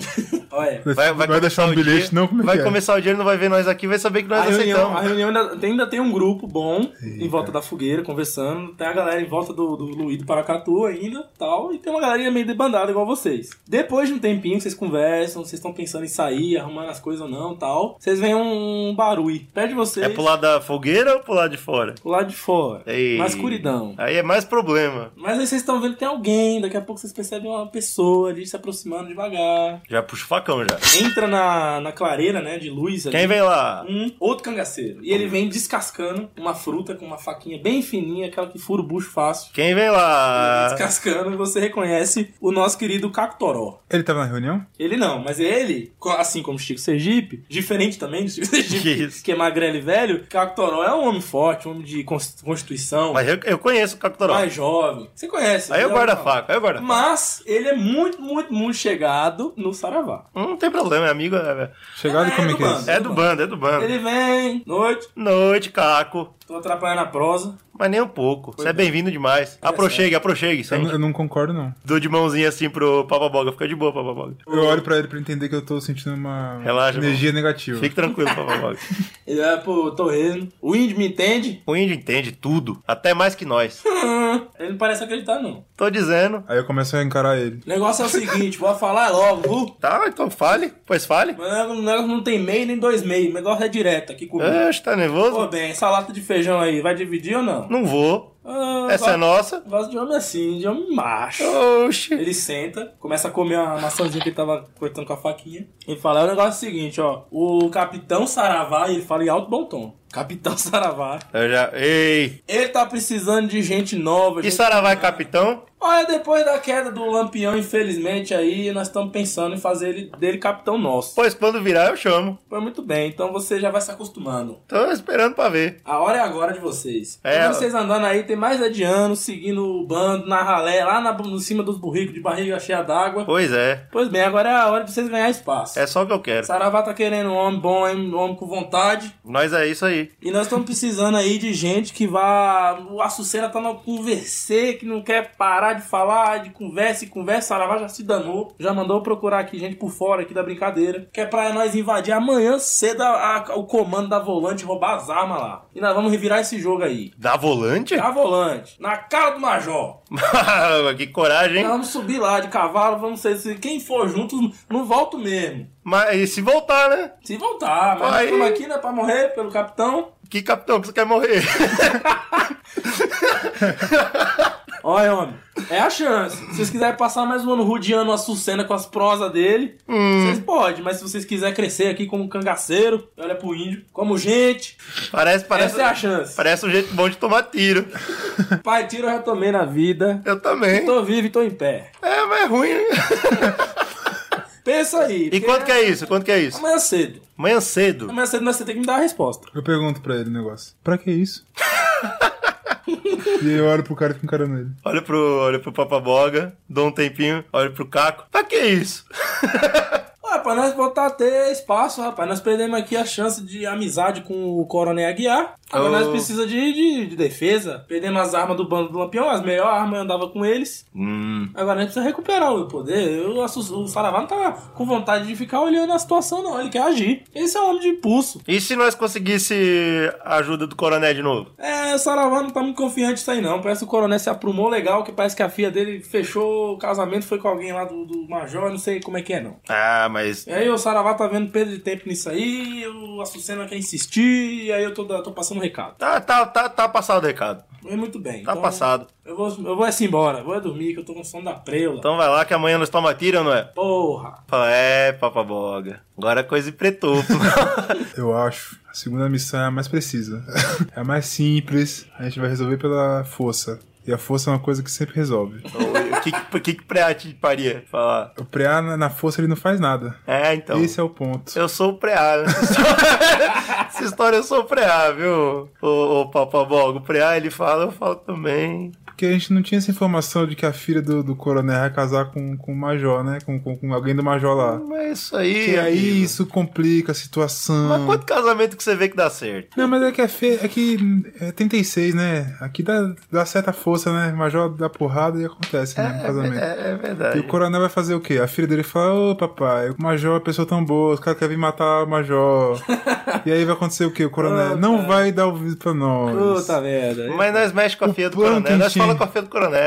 S1: Olha.
S2: Vai, vai
S3: deixar
S2: começar
S3: um
S2: o
S3: bilhete,
S2: dia,
S3: não? Como é
S2: Vai
S3: que é? Ah,
S2: começar o dia, ele não vai ver nós aqui, vai saber que nós
S1: A reunião, a
S2: aceitamos.
S1: reunião ainda, tem, ainda tem um grupo bom em volta da fogueira, conversando. Tem a galera em volta do, do Luído para maracatu ainda tal. E tem uma galerinha meio debandada igual vocês. Depois de um tempinho que vocês conversam, vocês estão pensando em sair, arrumando as coisas ou não tal. Vocês veem um barulho. Perto de vocês.
S2: É pro lado da fogueira ou pro lado de fora?
S1: pro lado de fora.
S2: Ei.
S1: Na escuridão.
S2: Aí é mais problema.
S1: Mas aí vocês estão vendo que tem alguém, daqui a pouco vocês percebem uma pessoa ali se aproximando devagar.
S2: Já puxa o facão já.
S1: Entra na, na clareira, né, de luz ali.
S2: Quem vem lá?
S1: Um outro cangaceiro. E ele vem descascando uma fruta com uma faquinha bem fininha, aquela que fura o bucho fácil.
S2: Quem vem lá?
S1: Descascando, e você reconhece o nosso querido Cactoró.
S3: Ele tava na reunião?
S1: Ele não, mas ele, co- assim como Chico Sergipe, diferente também de Chico Sergipe,
S2: Isso.
S1: que é magrelo e velho, Cactoró é um homem forte, um homem de cons- constituição,
S2: Mas eu, eu conheço o Cactoró.
S1: mais jovem. Você conhece.
S2: Aí eu
S1: já
S2: guardo a
S1: ouviu falar.
S2: faca, aí eu guardo a faca.
S1: Mas ele é muito, muito, muito chegado no Saravá.
S2: Não tem problema, é amigo. É,
S3: Chegado
S1: É,
S3: e como é que é
S1: mano.
S3: isso?
S2: é do bando, é do bando.
S1: Ele vem, noite,
S2: Noite, Caco.
S1: tô atrapalhando a prosa.
S2: Mas nem um pouco. Você é bem-vindo demais. Aprochegue, aprochegue.
S3: Eu, não-
S2: Sente.
S3: eu não concordo, não.
S2: Dou de mãozinha assim pro Papa Boga. Fica de boa, Papa Boga.
S3: Eu olho pra ele pra entender que eu tô sentindo uma
S2: Relaxa,
S3: energia negativa.
S2: Fique tranquilo, Papa Boga.
S1: Ele vai pro torresmo. O índio me entende?
S2: O índio entende tudo. Até mais que nós.
S1: Hum, Ele não parece acreditar, não.
S2: Tô dizendo.
S3: Aí eu começo a encarar ele.
S1: O negócio é o seguinte, vou falar logo, viu?
S2: Tá, então fale. Pois fale.
S1: O negócio não tem meio nem dois meios, o negócio é direto aqui comigo.
S2: Ah, você tá
S1: Pô,
S2: nervoso?
S1: bem, essa lata de feijão aí, vai dividir ou não?
S2: Não vou.
S1: Ah,
S2: Essa é nossa.
S1: Gosto de homem assim, de homem macho.
S2: Oxi.
S1: Ele senta, começa a comer a maçãzinha que ele tava cortando com a faquinha. Ele fala: é o negócio seguinte, ó. O Capitão Saravá, e ele fala em alto bom tom: Capitão Saravá.
S2: Eu já. Ei.
S1: Ele tá precisando de gente nova.
S2: E
S1: Gente...
S2: Saravá, capitão?
S1: Olha, depois da queda do Lampião, infelizmente, aí nós estamos pensando em fazer ele, dele capitão nosso.
S2: Pois quando virar, eu chamo.
S1: Pois muito bem, então você já vai se acostumando.
S2: Tô esperando pra ver.
S1: A hora é agora de vocês.
S2: É.
S1: É. Vocês andando aí, tem mais é de ano, seguindo o bando, na ralé, lá na, em cima dos burricos de barriga cheia d'água.
S2: Pois é.
S1: Pois bem, agora é a hora de vocês ganhar espaço.
S2: É só o que eu quero.
S1: Saravá tá querendo um homem bom, hein? um homem com vontade.
S2: Nós é isso aí.
S1: E nós estamos precisando aí de gente que vá. O Açucena tá no conversê, que não quer parar de falar, de conversa e conversa. Saravá já se danou, já mandou procurar aqui gente por fora aqui da brincadeira. Que é pra nós invadir amanhã cedo a- a- o comando da volante e roubar as armas lá. E nós vamos revirar esse jogo aí.
S2: Dá volante?
S1: A volante, na cara do Major.
S2: que coragem,
S1: Nós
S2: hein?
S1: vamos subir lá de cavalo, vamos ser. se Quem for junto, não volto mesmo.
S2: Mas e se voltar, né?
S1: Se voltar, mas nós
S2: Aí.
S1: estamos aqui, né, pra morrer pelo capitão.
S2: Que capitão que você quer morrer?
S1: Olha, homem, é a chance. Se vocês quiserem passar mais um ano rodeando a Sucena com as prosas dele,
S2: Hum.
S1: vocês podem, mas se vocês quiserem crescer aqui como cangaceiro, olha pro índio, como gente,
S2: parece, parece.
S1: essa é a chance.
S2: Parece um jeito bom de tomar tiro.
S1: Pai, tiro eu já tomei na vida.
S2: Eu também.
S1: Tô vivo e tô em pé.
S2: É, mas é ruim, né?
S1: Pensa aí.
S2: E quanto que é isso? Quanto que é isso?
S1: Amanhã cedo.
S2: Amanhã cedo.
S1: Amanhã é cedo nós tem que me dar a resposta.
S3: Eu pergunto pra ele o negócio. Pra que isso? e aí eu olho pro cara e fico encarando ele.
S2: Olha pro, olha pro Papaboga, dou um tempinho, olha pro Caco. Pra que isso?
S1: Ah, pra nós voltar a ter espaço, rapaz. Nós perdemos aqui a chance de amizade com o Coronel Aguiar. Agora
S2: Oh.
S1: nós precisamos de, de- de defesa. Perdemos as armas do bando do Lampião, as melhores armas eu andava com eles.
S2: Hum.
S1: Agora nós precisamos recuperar o poder. Eu, a Su- o Saravá não tá com vontade de ficar olhando a situação, não. Ele quer agir. Esse é um homem de impulso.
S2: E se nós conseguisse a ajuda do coronel de novo?
S1: É, o Saravá não tá muito confiante disso aí, não. Parece que o coronel se aprumou legal, que parece que a filha dele fechou o casamento, foi com alguém lá do, do Major, não sei como é que é, não.
S2: Ah, mas.
S1: E aí o Saravá tá vendo perda de tempo nisso aí, o Açucena quer insistir, e aí eu tô, da- tô passando o recado.
S2: Tá, tá, tá, tá passado o recado.
S1: É muito bem.
S2: Tá passado.
S1: Eu vou, eu vou assim embora, vou é dormir, que eu tô com sono da preula.
S2: Então vai lá que amanhã nós toma tiro, ou não é?
S1: Porra!
S2: Fala, é, Papaboga. Agora é coisa de preto.
S3: Eu acho. A segunda missão é a mais precisa. é a mais simples. A gente vai resolver pela força. E a força é uma coisa que sempre resolve.
S2: o que que, o que, que Preate faria? Falar.
S3: O preá na, na força ele não faz nada.
S2: É, então.
S3: Esse é o ponto.
S2: Eu sou o Preá. né? Essa história eu sou o Preá, viu? O, o Papaboga. O Preá ele fala, eu falo também.
S3: Porque a gente não tinha essa informação de que a filha do, do coronel ia casar com, com o major, né? Com, com, com alguém do major lá.
S2: Mas é isso aí.
S3: E
S2: amigo.
S3: aí Ah. isso complica a situação.
S2: Mas quanto casamento que você vê que dá certo?
S3: Não, mas é que é, fe... é que é 36, né? Aqui dá, dá certa força, né? Major dá porrada e acontece, né? No casamento.
S2: É, é
S3: E
S2: verdade.
S3: o coronel vai fazer o quê? A filha dele fala, ô papai, o Major é uma pessoa tão boa, os caras querem vir matar o Major. e aí vai acontecer o quê? O coronel não vai dar ouvido pra nós.
S1: Puta merda.
S2: é Mas nós mexe com a
S3: O
S2: filha do
S3: plano
S2: coronel.
S3: que a
S2: Nós
S3: gente tinha
S2: fala com a filha do coronel.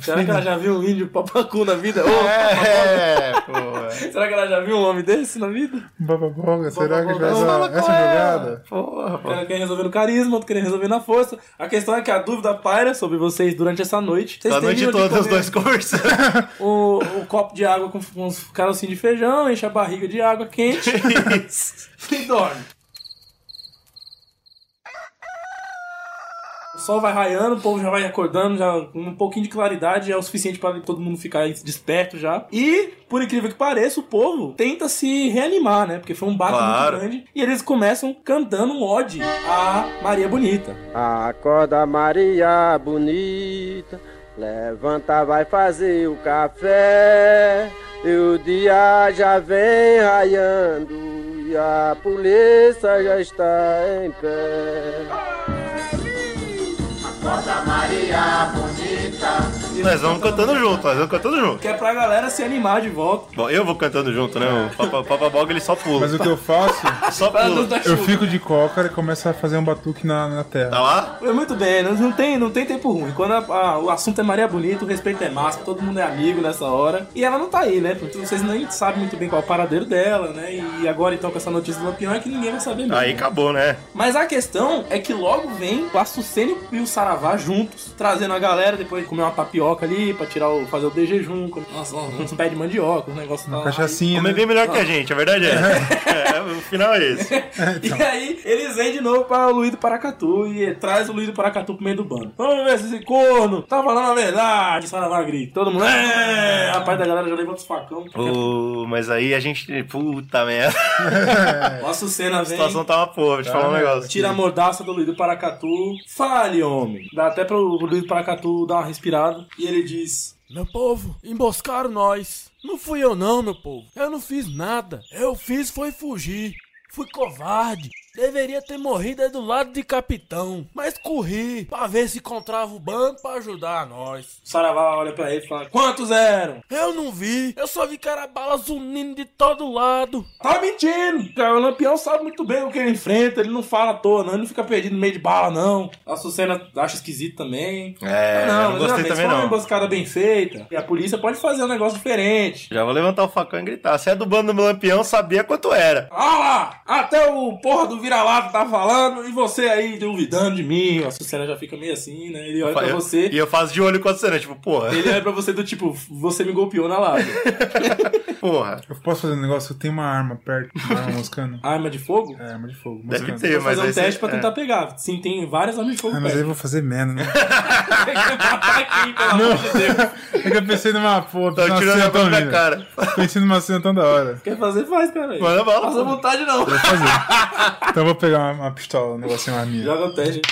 S1: Será que ela já viu um índio papacu na vida? Ô,
S2: É, pô.
S1: Será que ela já viu um homem desse na vida?
S3: Bababoga, será que
S1: Bababoga.
S3: faz
S1: Fala
S3: essa,
S1: com
S3: essa
S1: ela.
S3: jogada?
S2: Porra, pô.
S1: Ela quer resolver no carisma, outro quer resolver na força. A questão é que a dúvida paira sobre vocês durante essa noite. Vocês
S2: A noite
S1: terminam de
S2: toda os
S1: comer
S2: dois conversando.
S1: O, o copo de água com, com uns carocinhos de feijão, enche a barriga de água quente e dorme. O sol vai raiando, o povo já vai acordando, já um pouquinho de claridade é o suficiente para todo mundo ficar desperto já. E, por incrível que pareça, o povo tenta se reanimar, né? Porque foi um baque
S2: Claro.
S1: muito grande. E eles começam cantando um ode a Maria Bonita.
S5: Acorda Maria bonita, levanta, vai fazer o café. E o dia já vem raiando e a polícia já está em pé.
S2: Nós vamos cantando junto, nós vamos cantando junto.
S1: Que é pra galera se animar de volta.
S2: Bom, eu vou cantando junto, né? O Papa, Papa Boga ele só pula.
S3: Mas o que eu faço,
S2: Só
S1: Pra não
S2: pula.
S1: dar
S3: eu
S1: chuva.
S3: fico de cócara e começo a fazer um batuque na, na
S2: Tá
S3: terra.
S2: lá?
S1: Foi É Muito bem, não não tem, não tem tempo ruim. Quando a- a- o assunto é Maria Bonita, o respeito é máximo, todo mundo é amigo nessa hora. E ela não tá aí, né? Porque vocês nem sabem muito bem qual é o paradeiro dela, né? E agora então com essa notícia do Lampião é que ninguém vai saber mesmo.
S2: Aí acabou, né?
S1: Mas a questão é que logo vem o Açucene e o Saravá juntos, trazendo a galera depois de comer uma tapioca ali pra tirar o, fazer o de jejum, comer uns, uns pés de mandioca, um negócio
S3: Uma
S1: tal.
S3: cachaçinha.
S2: Comer
S3: Né?
S2: bem melhor é que a gente, a verdade é. essa. É, o final é esse.
S1: E aí, eles vêm de novo pra Luiz do Paracatu e traz o Luiz do Paracatu pro meio do bando. Vamos ver se esse corno tá falando a verdade, Saravá grita. Todo mundo, é! Rapaz da galera já levanta os facão.
S2: Ô, mas aí a gente. Puta merda.
S1: É. Nossa cena
S2: A
S1: vem.
S2: situação tá uma porra, vou te falar um negócio.
S1: Tira a mordaça do Luiz do Paracatu. Fale, homem. Dá até pro Luiz do Paracatu dar uma respirada. E ele diz:
S6: Meu povo, emboscaram nós. Não fui eu não, meu povo. Eu não fiz nada. Eu fiz foi fugir. Fui covarde. Deveria ter morrido aí do lado de capitão. Mas corri pra ver se encontrava o bando pra ajudar a nós.
S1: Saravá olha pra ele e fala: Quantos eram?
S6: Eu não vi. Eu só vi que era bala zunindo de todo lado.
S1: Tá mentindo! Cara, o Lampião sabe muito bem o que ele enfrenta, ele não fala à toa, não, ele não fica perdido no meio de bala, não. A Sucena acha esquisito também.
S2: É, não, não gostei
S1: mas,
S2: também
S1: foi uma
S2: não.
S1: emboscada bem feita. E a polícia pode fazer um negócio diferente.
S2: Já vou levantar o facão e gritar. Se é do bando do meu lampião, sabia quanto era.
S1: Ah lá! Até o porra do vira-lata tá falando e você aí duvidando de mim. A Sucena já fica meio assim, né? Ele olha pra
S2: Eu-
S1: você.
S2: E eu faço de olho com a cena, tipo, porra,
S1: Ele olha pra você do tipo, você me golpeou na lata.
S2: porra.
S3: Eu posso fazer um negócio? Eu tenho uma arma perto, uma arma moscana.
S1: Arma de fogo?
S3: É, arma de fogo,
S2: Deve
S3: moscana.
S2: ter.
S1: Vou
S2: mas
S1: fazer um
S2: esse-
S1: teste pra
S2: é.
S1: tentar pegar. Sim, tem várias armas de fogo.
S3: Ah, mas aí
S1: perto.
S3: eu vou fazer merda, né?
S1: Tá aqui, pelo amor de Deus.
S3: É que eu pensei numa porra,
S2: Tá
S3: pensei
S2: tirando a
S3: numa cena
S2: mão
S3: tão
S2: da
S3: linda.
S2: cara.
S3: Pensei numa cena tão da hora.
S1: Quer fazer, faz, cara.
S2: Manda bala,
S1: Passa
S2: pô.
S1: vontade, não.
S3: Vou fazer. Então eu vou pegar uma, uma pistola, um negocinho, uma arminha.
S1: Joga o teste.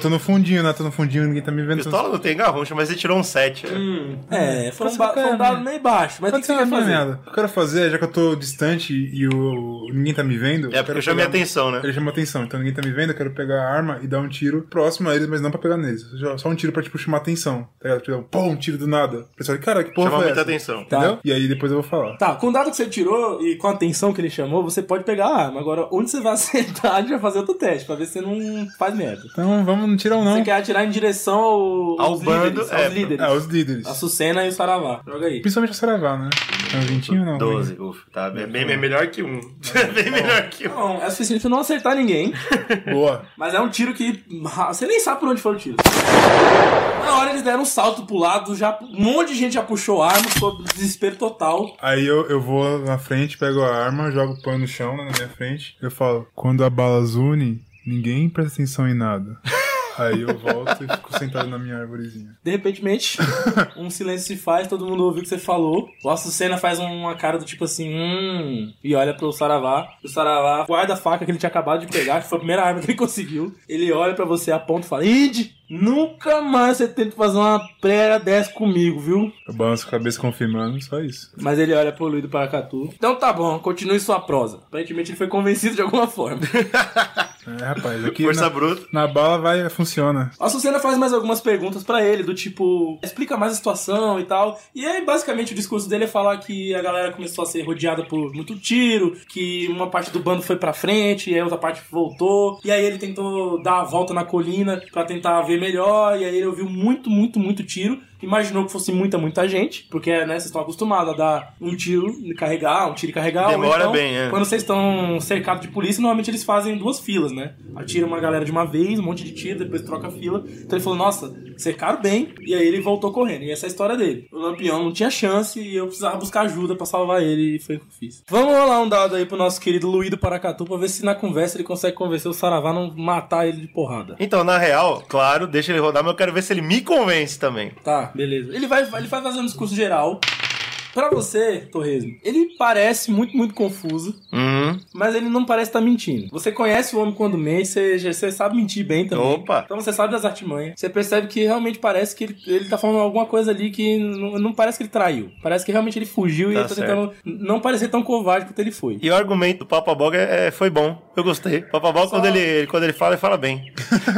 S3: Tô no fundinho, né? Tô no fundinho, ninguém tá me vendo.
S2: Pistola não tem garrucha, mas você tirou um 7.
S3: Hum,
S1: É, foi um,
S3: Pode
S1: ba-
S3: ser,
S1: foi um
S3: né?
S1: dado meio baixo, mas o que,
S3: Pode
S1: que
S3: ser
S1: você
S3: uma
S1: quer fazer?
S3: merda. O que eu quero fazer, já que eu tô distante e o, ninguém tá me vendo.
S2: É porque
S3: quero
S2: eu chamei a
S3: pegar-
S2: atenção, né?
S3: Ele chamou atenção, então ninguém tá me vendo, eu quero pegar a arma e dar um tiro próximo a eles, mas não pra pegar neles. Só- Só um tiro pra, tipo, chamar atenção. Tá ligado? Tipo, pum, um tiro do nada. O pessoal, cara, que porra
S2: Chama
S3: foi
S2: muita
S3: essa?
S2: atenção.
S1: Tá.
S3: Entendeu? E aí depois eu vou falar.
S1: Tá, com o dado que você tirou e com a atenção que ele chamou, você pode pegar a arma. Agora, onde você vai acertar, a gente vai fazer outro teste, pra ver se você não faz merda.
S3: Então vamos, não tiram
S1: Você
S3: não.
S1: quer atirar em direção ao,
S2: Ao
S1: aos
S2: bando,
S1: líderes,
S2: é,
S1: aos líderes.
S3: É, os líderes.
S1: A Sucena e o Saravá. Joga aí.
S3: Principalmente a Saravá, né? É um vintinho não?
S2: 12, ufa. Tá, é bem, bem melhor que um. bem melhor que um.
S1: Não, é suficiente pra não acertar ninguém,
S3: Boa.
S1: mas é um tiro que... Você nem sabe por onde foi o tiro. Na hora eles deram um salto pro lado, já, um monte de gente já puxou a arma, ficou desespero total.
S3: Aí eu, eu vou na frente, pego a arma, jogo o pano no chão né, na minha frente. Eu falo, quando a bala zune, ninguém presta atenção em nada. Aí eu volto e fico sentado na minha arvorezinha.
S1: De repentemente, um silêncio se faz, todo mundo ouviu o que você falou. O Açucena faz uma cara do tipo assim, hum, e olha pro Saravá. O Saravá guarda a faca que ele tinha acabado de pegar, que foi a primeira arma que ele conseguiu. Ele olha pra você, aponta e fala: Id, nunca mais você tenta fazer uma prega dessa comigo, viu?
S3: Eu balanço a cabeça confirmando, só isso.
S1: Mas ele olha pro Luiz do Paracatu. Então tá bom, continue sua prosa. Aparentemente ele foi convencido de alguma forma.
S3: É, rapaz, aqui
S2: Força
S3: na,
S2: bruta.
S3: na bala vai, funciona.
S1: A Sucena faz mais algumas perguntas pra ele, do tipo, explica mais a situação e tal. E aí, basicamente, o discurso dele é falar que a galera começou a ser rodeada por muito tiro, que uma parte do bando foi pra frente, e aí outra parte voltou. E aí ele tentou dar a volta na colina pra tentar ver melhor, e aí ele ouviu muito, muito, muito tiro. Imaginou que fosse muita, muita gente, porque, né, vocês estão acostumados a dar um tiro e carregar, um tiro e carregar. ou
S2: Demora
S1: então,
S2: bem, é.
S1: Quando vocês estão cercados de polícia, normalmente eles fazem duas filas, né? Atira uma galera de uma vez, um monte de tiro, depois troca a fila. Então ele falou, nossa, cercaram bem, e aí ele voltou correndo. E essa é a história dele. O Lampião não tinha chance e eu precisava buscar ajuda pra salvar ele, e foi o que eu fiz. Vamos rolar um dado aí pro nosso querido Luído Paracatu pra ver se na conversa ele consegue convencer o Saravá a não matar ele de porrada.
S2: Então, na real, claro, deixa ele rodar, mas eu quero ver se ele me convence também.
S1: Tá, beleza. Ele vai, ele vai fazer um discurso geral. Pra você, Torresmo, ele parece muito, muito confuso,
S2: Hum.
S1: mas ele não parece estar mentindo. Você conhece o homem quando mente, você, já- você sabe mentir bem também.
S2: Opa.
S1: Então você sabe das artimanhas. Você percebe que realmente parece que ele, ele tá falando alguma coisa ali que não, não parece que ele traiu. Parece que realmente ele fugiu e
S2: Tá
S1: ele tá tentando não parecer tão covarde quanto ele foi.
S2: E o argumento do Papa Bog é, é- foi bom. Eu gostei. O Papa Bog, quando ele, ele- quando ele fala, ele fala bem.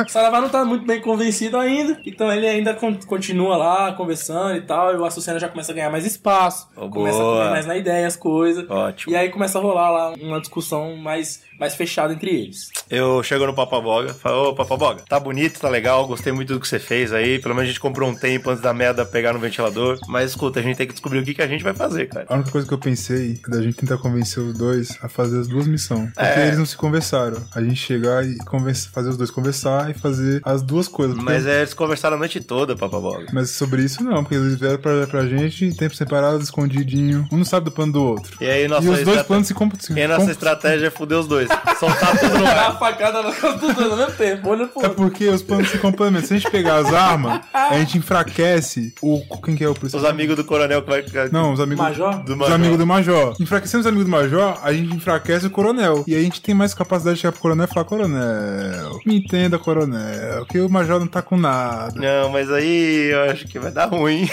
S1: Saravá não tá muito bem convencido ainda, então ele ainda con- continua lá conversando e tal, e o Açucena já começa a ganhar mais espaço,
S2: Oh,
S1: começa
S2: boa.
S1: a comer mais na ideia as coisas,
S2: Ótimo.
S1: e aí começa a rolar lá uma discussão mais, mais fechada entre eles.
S2: Eu chego no Papa Boga, falo, ô Papa Boga, tá bonito, tá legal, gostei muito do que você fez aí. Pelo menos a gente comprou um tempo antes da merda pegar no ventilador. Mas escuta, a gente tem que descobrir o que, que a gente vai fazer, cara.
S3: A única coisa que eu pensei é da gente tentar convencer os dois a fazer as duas missões. Porque
S2: É.
S3: eles não se conversaram. A gente chegar e conversa- fazer os dois conversar e fazer as duas coisas. porque-
S2: Mas é, eles conversaram a noite toda, Papa Boga.
S3: Mas sobre isso não, porque eles vieram pra, pra gente em tempos separados, escondidinho. Um não sabe do plano do outro.
S2: E aí, nossa
S3: e os dois
S2: estrate-
S3: planos se compram.
S2: e aí nossa estratégia é fuder os dois. Soltar tudo no ar.
S1: Dá a facada na casa dos dois ao mesmo tempo, olha pro
S3: É
S1: outro.
S3: porque os planos se complementam. Se a gente pegar as armas, a gente enfraquece o. Quem que é o policial?
S2: Os amigos do coronel que vai. que-
S3: Não, os amigos.
S1: Major?
S2: Do
S3: Os
S2: Major.
S3: amigos do Major. Enfraquecendo os amigos do Major, a gente enfraquece o coronel. E aí a gente tem mais capacidade de chegar pro coronel e falar: Coronel, me entenda, coronel, que o Major não tá com nada.
S2: Não, mas aí eu acho que vai dar ruim.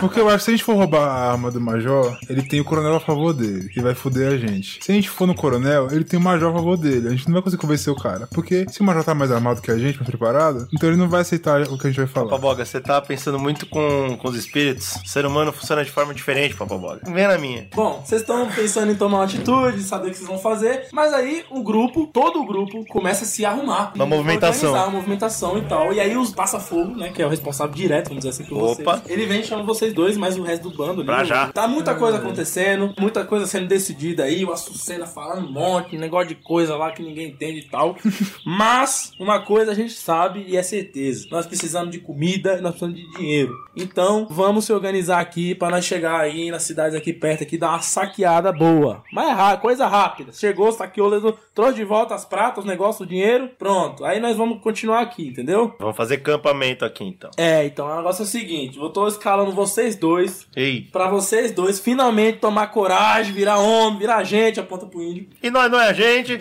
S3: Porque eu acho que se a gente for roubar a arma do Major, ele tem o coronel a favor dele, que vai foder a gente. Se a gente for no coronel, ele tem o Major a favor dele. A gente não vai conseguir convencer o cara. Porque se o Major tá mais armado que a gente, mais preparado, então ele não vai aceitar o que a gente vai falar.
S2: Papaboga, você tá pensando muito com, com os espíritos. O ser humano funciona de forma diferente, Papaboga. Vem na minha.
S1: Bom, vocês estão pensando em tomar uma atitude, saber o que vocês vão fazer, mas aí o grupo, todo o grupo, começa a se arrumar.
S2: Uma movimentação.
S1: Organizar uma movimentação e tal. E aí os passa-fogo, né, que é o responsável direto, vamos dizer assim, por
S2: Opa.
S1: vocês. Ele vem chamando vocês dois, mas o resto do bando ali.
S2: Pra já.
S1: Tá muita coisa acontecendo, muita coisa sendo decidida aí, o Açucena falando um monte, negócio de coisa lá que ninguém entende e tal. Mas, uma coisa a gente sabe e é certeza: nós precisamos de comida, nós precisamos de dinheiro. Então, vamos se organizar aqui pra nós chegar aí nas cidades aqui perto, aqui, dar uma saqueada boa. Mas é ra- coisa rápida. Chegou, saqueou, levou- trouxe de volta as pratas, os negócios, o dinheiro, pronto. Aí nós vamos continuar aqui, entendeu?
S2: Vamos fazer campamento aqui então.
S1: É, então o negócio é o seguinte: eu tô escalando vocês dois.
S2: Ei.
S1: Pra vocês dois finalmente tomar coragem, virar homem, virar gente, aponta pro índio.
S2: E nós não é a gente?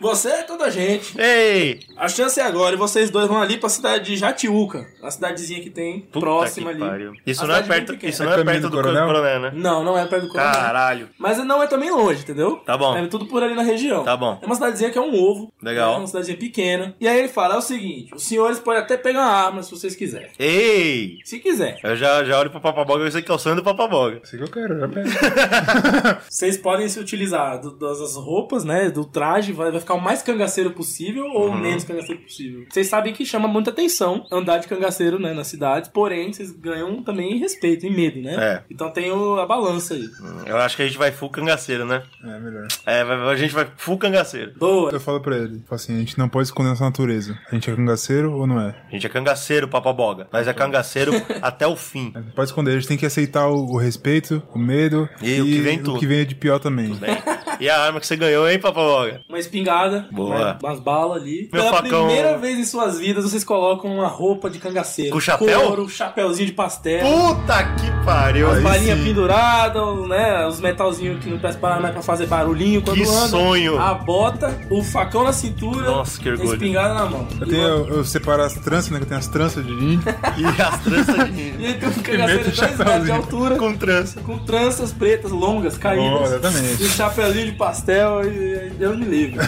S1: Você é toda gente.
S2: Ei!
S1: A chance é agora e vocês dois vão ali pra cidade de Jatiuca, a cidadezinha que tem
S2: Puta
S1: próxima
S2: que
S1: ali.
S2: pariu. Isso
S1: A
S2: não é
S1: cidade
S2: perto,
S1: muito pequena.
S2: isso não é
S3: É caminho
S2: perto
S3: do
S2: do coronel,
S3: coronel?
S2: coronel né?
S1: Não, não é perto do Coronel.
S2: Caralho.
S1: Mas não é também longe, entendeu?
S2: Tá bom.
S1: É tudo por ali na região.
S2: Tá bom.
S1: É uma cidadezinha que é um ovo.
S2: Legal.
S1: É uma cidadezinha pequena. E aí ele fala: é o seguinte, os senhores podem até pegar uma arma se vocês quiserem.
S2: Ei!
S1: Se quiser.
S2: Eu já, já olho pro Papaboga e eu sei que é o sonho do Papaboga.
S3: Isso que eu quero, já pega.
S1: Vocês podem se utilizar do- das das roupas, né? Do traje, vai, vai ficar o mais cangaceiro possível ou o
S2: Uhum.
S1: menos cangaceiro possível. Vocês sabem que chama muita atenção andar de cangaceiro, né? Nas cidades, porém, vocês ganham também respeito e medo, né?
S2: É.
S1: Então tem o- a balança aí.
S2: Eu acho que a gente vai full cangaceiro, né?
S3: É, melhor.
S2: É, vai- a gente vai full cangaceiro.
S1: Boa.
S3: Eu falo pra ele, falo assim, a gente não pode esconder nossa natureza. A gente é cangaceiro ou não é?
S2: A gente é cangaceiro, Papaboga. Mas é cangaceiro até o fim.
S3: A gente pode esconder, a gente tem que aceitar o, o respeito, o medo
S2: E o que vem tudo.
S3: o que vem é de pior também.
S2: Bem, e a arma que você ganhou, hein, Papaboga?
S1: Uma espingarda,
S2: Boa.
S1: né, umas balas ali.
S2: Meu
S1: Pela
S2: facão.
S1: primeira vez em suas vidas, vocês colocam uma roupa de cangaceiro.
S2: Com chapéu?
S1: Couro, chapéuzinho de pastel.
S2: Puta que pariu!
S1: As
S2: Aí
S1: balinhas
S2: sim.
S1: penduradas, né? Os metalzinhos que não presta parar mais pra fazer barulhinho quando
S2: Que
S1: anda. Ah,
S2: sonho!
S1: A bota, o facão na cintura,
S2: Nossa, que
S1: a
S2: orgulho.
S1: espingarda na mão.
S3: Eu tenho, eu, eu separo as tranças, né? Que eu tenho as tranças de índio.
S2: E as tranças de ninja.
S1: E aí tem um cangaceiro de
S3: meto o
S1: 2 metros de
S3: chapéuzinho.
S1: altura, com...
S2: Com trança.
S1: tranças pretas longas, caídas.
S3: Boa, exatamente.
S1: E um chapéuzinho de pastel e e Deus me livre.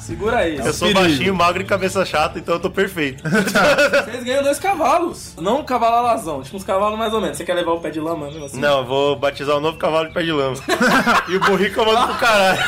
S1: Segura aí.
S2: Eu sou
S3: perigo.
S2: baixinho, magro e cabeça chata, então eu tô perfeito.
S1: Vocês ganham dois cavalos. Não um cavalo alazão, tipo uns cavalos mais ou menos. Você quer levar o pé de lama mesmo assim?
S2: Não, eu vou batizar o novo cavalo de pé de lama. e o burrico eu mando pro caralho.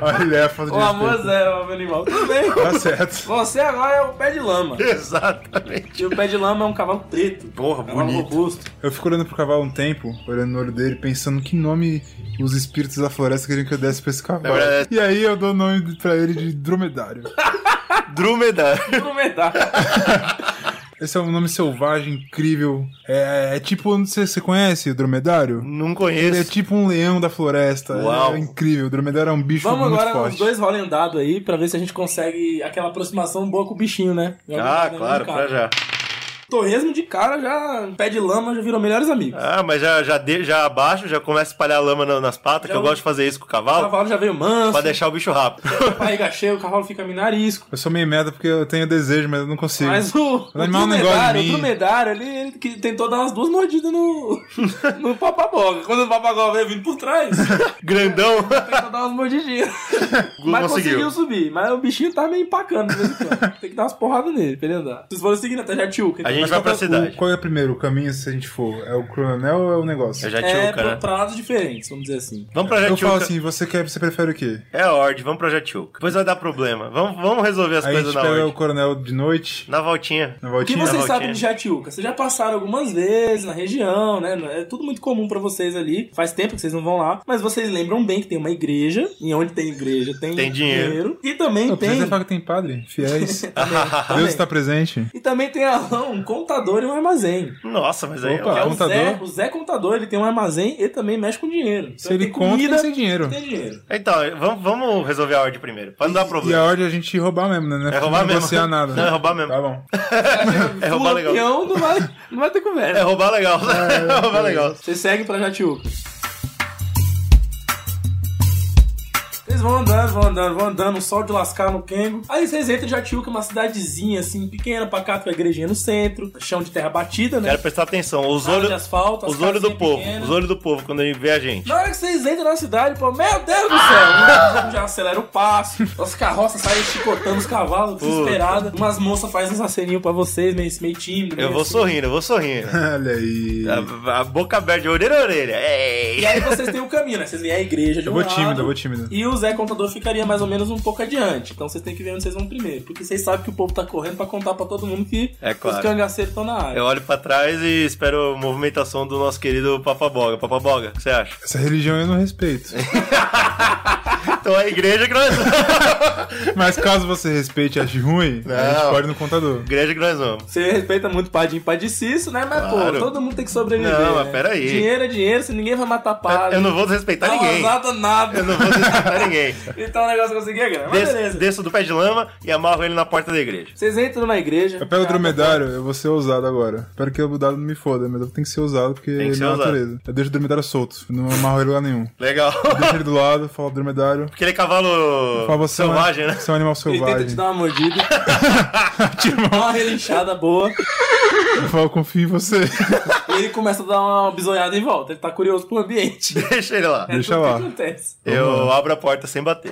S3: Olha, é foda de
S1: O amor
S3: respeito.
S1: zero ao animal. Tudo bem.
S3: Tá certo.
S1: Você agora é o pé de lama.
S2: Exatamente.
S1: E o pé de lama é um cavalo preto. É um
S2: Porra,
S1: cavalo
S2: bonito.
S1: robusto.
S3: Eu fico olhando pro cavalo um tempo, olhando no olho dele, pensando que nome os espíritos da floresta queriam que eu desse pra esse cavalo.
S2: Na verdade-
S3: E aí eu dou o nome pra ele de dromedário.
S2: Drumedário.
S1: Dromedário.
S3: Esse é um nome selvagem, incrível. É, é tipo, não sei se você conhece o dromedário?
S2: Não
S3: Ele é
S2: conheço.
S3: tipo um leão da floresta.
S2: Uau.
S3: É incrível. O dromedário é um bicho
S1: Vamos
S3: muito
S1: agora
S3: forte.
S1: nos dois rolem dado aí pra ver se a gente consegue aquela aproximação boa com o bichinho, né? Joga um
S2: Ah,
S1: dado aí,
S2: claro,
S1: cara.
S2: pra já.
S1: Torresmo de cara já um pé de lama já virou melhores amigos.
S2: Ah, mas já, já, de- já abaixo, já começa a espalhar lama na- nas patas, que eu
S1: o-
S2: gosto de fazer isso com o
S1: O
S2: cavalo,
S1: cavalo já veio manso,
S2: pra deixar o bicho rápido.
S1: barriga cheia, o cavalo fica minarisco.
S3: Eu sou meio merda porque eu tenho desejo, mas eu não consigo.
S1: Mas o,
S3: O animal não gosta
S1: dromedário,
S3: de
S1: o
S3: mim.
S1: dromedário, ele, ele que tentou dar umas duas mordidas no, no papaboga. Quando o papagoga veio vindo por trás,
S2: Grandão.
S1: tentou dar umas mordidinhas.
S2: Gu
S1: mas
S2: conseguiu.
S1: conseguiu subir, mas o bichinho tá meio empacando de vez em quando. Tem que dar umas porradas nele pra ele andar. Vocês foram seguindo até Jatiuca. então.
S2: A gente vai pra
S3: qual, é-
S2: cidade.
S3: o- qual é o primeiro o caminho se a gente for? É o coronel ou é o negócio?
S2: É Jatiuca,
S1: É, pra,
S2: né?
S1: pra lados diferentes, vamos dizer assim.
S2: Vamos pra
S3: Eu
S2: Jatiuca.
S3: falo assim, você quer, você prefere o quê?
S2: É a ordem, vamos pra Jatiuca. Depois vai dar problema. Vamos, vamos resolver as
S3: Aí a gente
S2: coisas na
S3: pega
S2: ordem.
S3: o coronel de noite,
S2: Na voltinha.
S3: na
S1: O que
S3: voltinha.
S1: vocês
S2: Voltinha.
S1: sabem de Jatiuca? Vocês já passaram algumas vezes na região, né? É tudo muito comum pra vocês ali. Faz tempo que vocês não vão lá. Mas vocês lembram bem que tem uma igreja. E onde tem igreja tem,
S2: Tem dinheiro.
S1: E também
S3: Não,
S1: tem.
S3: precisa falar que tem padre, fiéis.
S1: também-
S3: Deus
S1: também.
S3: está presente.
S1: E também tem a- um contador e um armazém.
S2: Nossa, mas aí...
S3: Opa.
S1: É o
S3: Ah, contador?
S1: Zé, o Zé Contador, ele tem um armazém e também mexe com dinheiro. Então
S3: Se ele
S1: tem
S3: conta, tem
S1: comida,
S3: que ser dinheiro.
S1: tem dinheiro.
S2: Então, vamos, vamos resolver a ordem primeiro, pra não dar
S3: E
S2: problema.
S3: a ordem é a gente roubar mesmo, né? Não
S2: É roubar mesmo.
S3: negociar nada.
S2: Não, é roubar mesmo.
S3: Tá bom.
S2: É roubar legal.
S1: Lampião, não vai, não vai ter
S2: É
S1: conversa.
S2: roubar legal. É roubar legal.
S1: Vocês seguem pra Jatiuca. Vocês vão andando, vão andando, vão andando, um sol de lascar no Kengo. Aí vocês entram em Jatiuca, uma cidadezinha assim, pequena, pacata, com a igrejinha no centro, chão de terra batida, né?
S2: Quero prestar atenção. Os
S1: Nada
S2: olhos
S1: de asfalto, as
S2: os olhos do
S1: casinhas
S2: povo.
S1: pequenas.
S2: Os olhos do povo quando ele vê a gente.
S1: Na hora que vocês entram na cidade, pô, meu Deus do céu! né? já acelera o passo, as carroças saem chicotando os cavalos, desesperada. Umas moças fazem uns aceninhos pra vocês, meio, meio tímido.
S2: Eu
S1: meio
S2: vou
S1: assim.
S2: sorrindo, eu vou sorrindo.
S3: Olha aí.
S2: A, a boca aberta, de orelha a orelha. Ei!
S1: E aí vocês têm o caminho, né? Vocês veem a igreja de
S3: Eu
S1: um
S3: vou
S1: lado,
S3: tímido, eu vou tímido.
S1: E o Zé Contador ficaria mais ou menos um pouco adiante. Então vocês têm que ver onde vocês vão primeiro. Porque vocês sabem que o povo tá correndo pra contar pra todo mundo que
S2: É claro.
S1: os cangaceiros estão na área.
S2: Eu olho pra trás e espero a movimentação do nosso querido Papaboga. Papaboga, o que você acha?
S3: Essa religião eu não respeito.
S2: Então é a igreja que nós vamos.
S3: Mas caso você respeite e ache ruim, a gente
S2: Não.
S3: pode ir no contador.
S2: igreja que nós vamos.
S1: Você respeita muito o Padinho e Padicício, né? Mas,
S2: Claro.
S1: pô, todo mundo tem que sobreviver.
S2: Não, mas
S1: né?
S2: peraí.
S1: Dinheiro é dinheiro, se ninguém vai matar padre.
S2: Eu não vou desrespeitar
S1: Não
S2: ninguém.
S1: azada nada.
S2: Eu não vou desrespeitar ninguém.
S1: Então o negócio conseguir é grande. Mas
S2: Desço,
S1: beleza.
S2: desço do pé de lama e amarro ele na porta da igreja.
S1: Vocês entram na igreja.
S3: Eu pego o dromedário, eu vou ser ousado agora. Espero que o dado não me foda, mas eu tenho que ser ousado porque
S2: Tem que
S3: é
S2: ser
S3: minha
S2: ousado.
S3: natureza. Eu deixo o dromedário solto, não amarro ele lá nenhum.
S2: Legal.
S3: Deixo ele do lado, falo dromedário.
S2: Aquele cavalo
S3: Fala, você é um-
S2: selvagem, né?
S3: Você é um animal
S1: Ele tenta
S3: selvagem.
S1: te dar uma mordida. dá uma relinchada boa.
S3: Eu falo, confio em você.
S2: Tá
S1: E ele começa a dar uma bisonhada em volta. Ele tá curioso pro ambiente.
S2: né? Deixa ele é um lá.
S1: É
S3: Deixa
S1: tudo
S3: lá.
S1: que acontece.
S2: Eu abro a porta sem bater.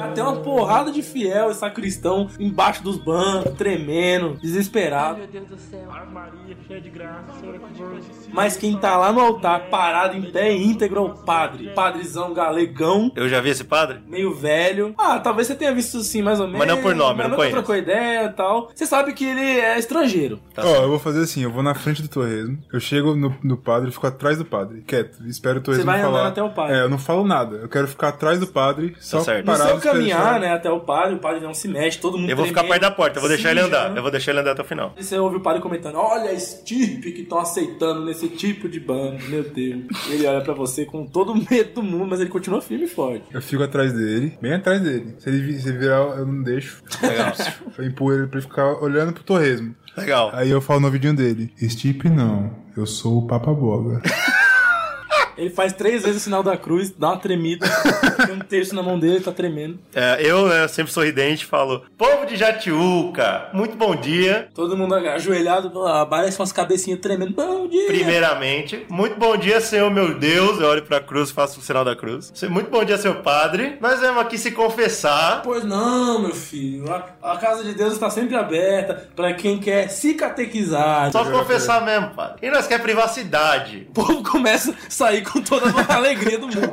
S1: Até uma porrada de fiel e sacristão embaixo dos bancos, tremendo, desesperado.
S7: Meu Deus do céu.
S1: Mas quem tá lá no altar, parado em pé íntegro, é o padre. Padrezão galegão.
S2: Eu já vi esse padre?
S1: meio velho. Ah, talvez você tenha visto assim, mais ou menos.
S2: Mas não por nome,
S1: mas
S2: não
S1: nunca
S2: conheço.
S1: trocou ideia e tal. Você sabe que ele é estrangeiro.
S2: Tá
S3: Ó, eu vou fazer assim, eu vou na frente do torresmo, eu chego no, no padre, fico atrás do padre, quieto, espero o torresmo
S1: vai andando
S3: falar.
S1: até o padre.
S3: É, eu não falo nada, eu quero ficar atrás do padre, só
S2: Tá certo.
S1: No
S3: parado.
S1: seu
S3: esperando
S1: caminhar,
S3: ele
S1: né, até o padre, o padre não se mexe, todo mundo
S2: Eu vou ficar
S1: tremendo,
S2: perto da porta, eu vou deixar ele andar.
S1: sujando.
S2: Eu vou deixar ele andar até o final.
S1: E você ouve o padre comentando: Olha a estirpe que estão aceitando nesse tipo de bando, meu Deus. Ele olha pra você com todo o medo do mundo, mas ele continua firme e forte.
S3: Eu fico atrás dele, bem atrás dele. Se ele, vi- se ele virar, eu não deixo.
S2: Legal.
S3: Eu empurro ele pra ele ficar olhando pro torresmo.
S2: Legal.
S3: Aí eu falo no vidinho dele, Stipe não, eu sou o Papa Boga.
S1: Ele faz três vezes o sinal da cruz, dá uma tremida, tem um texto na mão dele, tá tremendo.
S2: É, eu, né, sempre sorridente, falo: Povo de Jatiuca, muito bom dia.
S1: Todo mundo ajoelhado, ah, parece umas cabecinhas tremendo. Bom dia!
S2: Primeiramente, muito bom dia, Senhor meu Deus. Eu olho pra cruz, faço o sinal da cruz. Muito bom dia, seu padre. Nós viemos aqui se confessar.
S1: Pois não, meu filho. A, a casa de Deus está sempre aberta pra quem quer se catequizar.
S2: Só confessar mesmo, padre. E nós quer privacidade.
S1: O povo começa a sair com toda a alegria do mundo.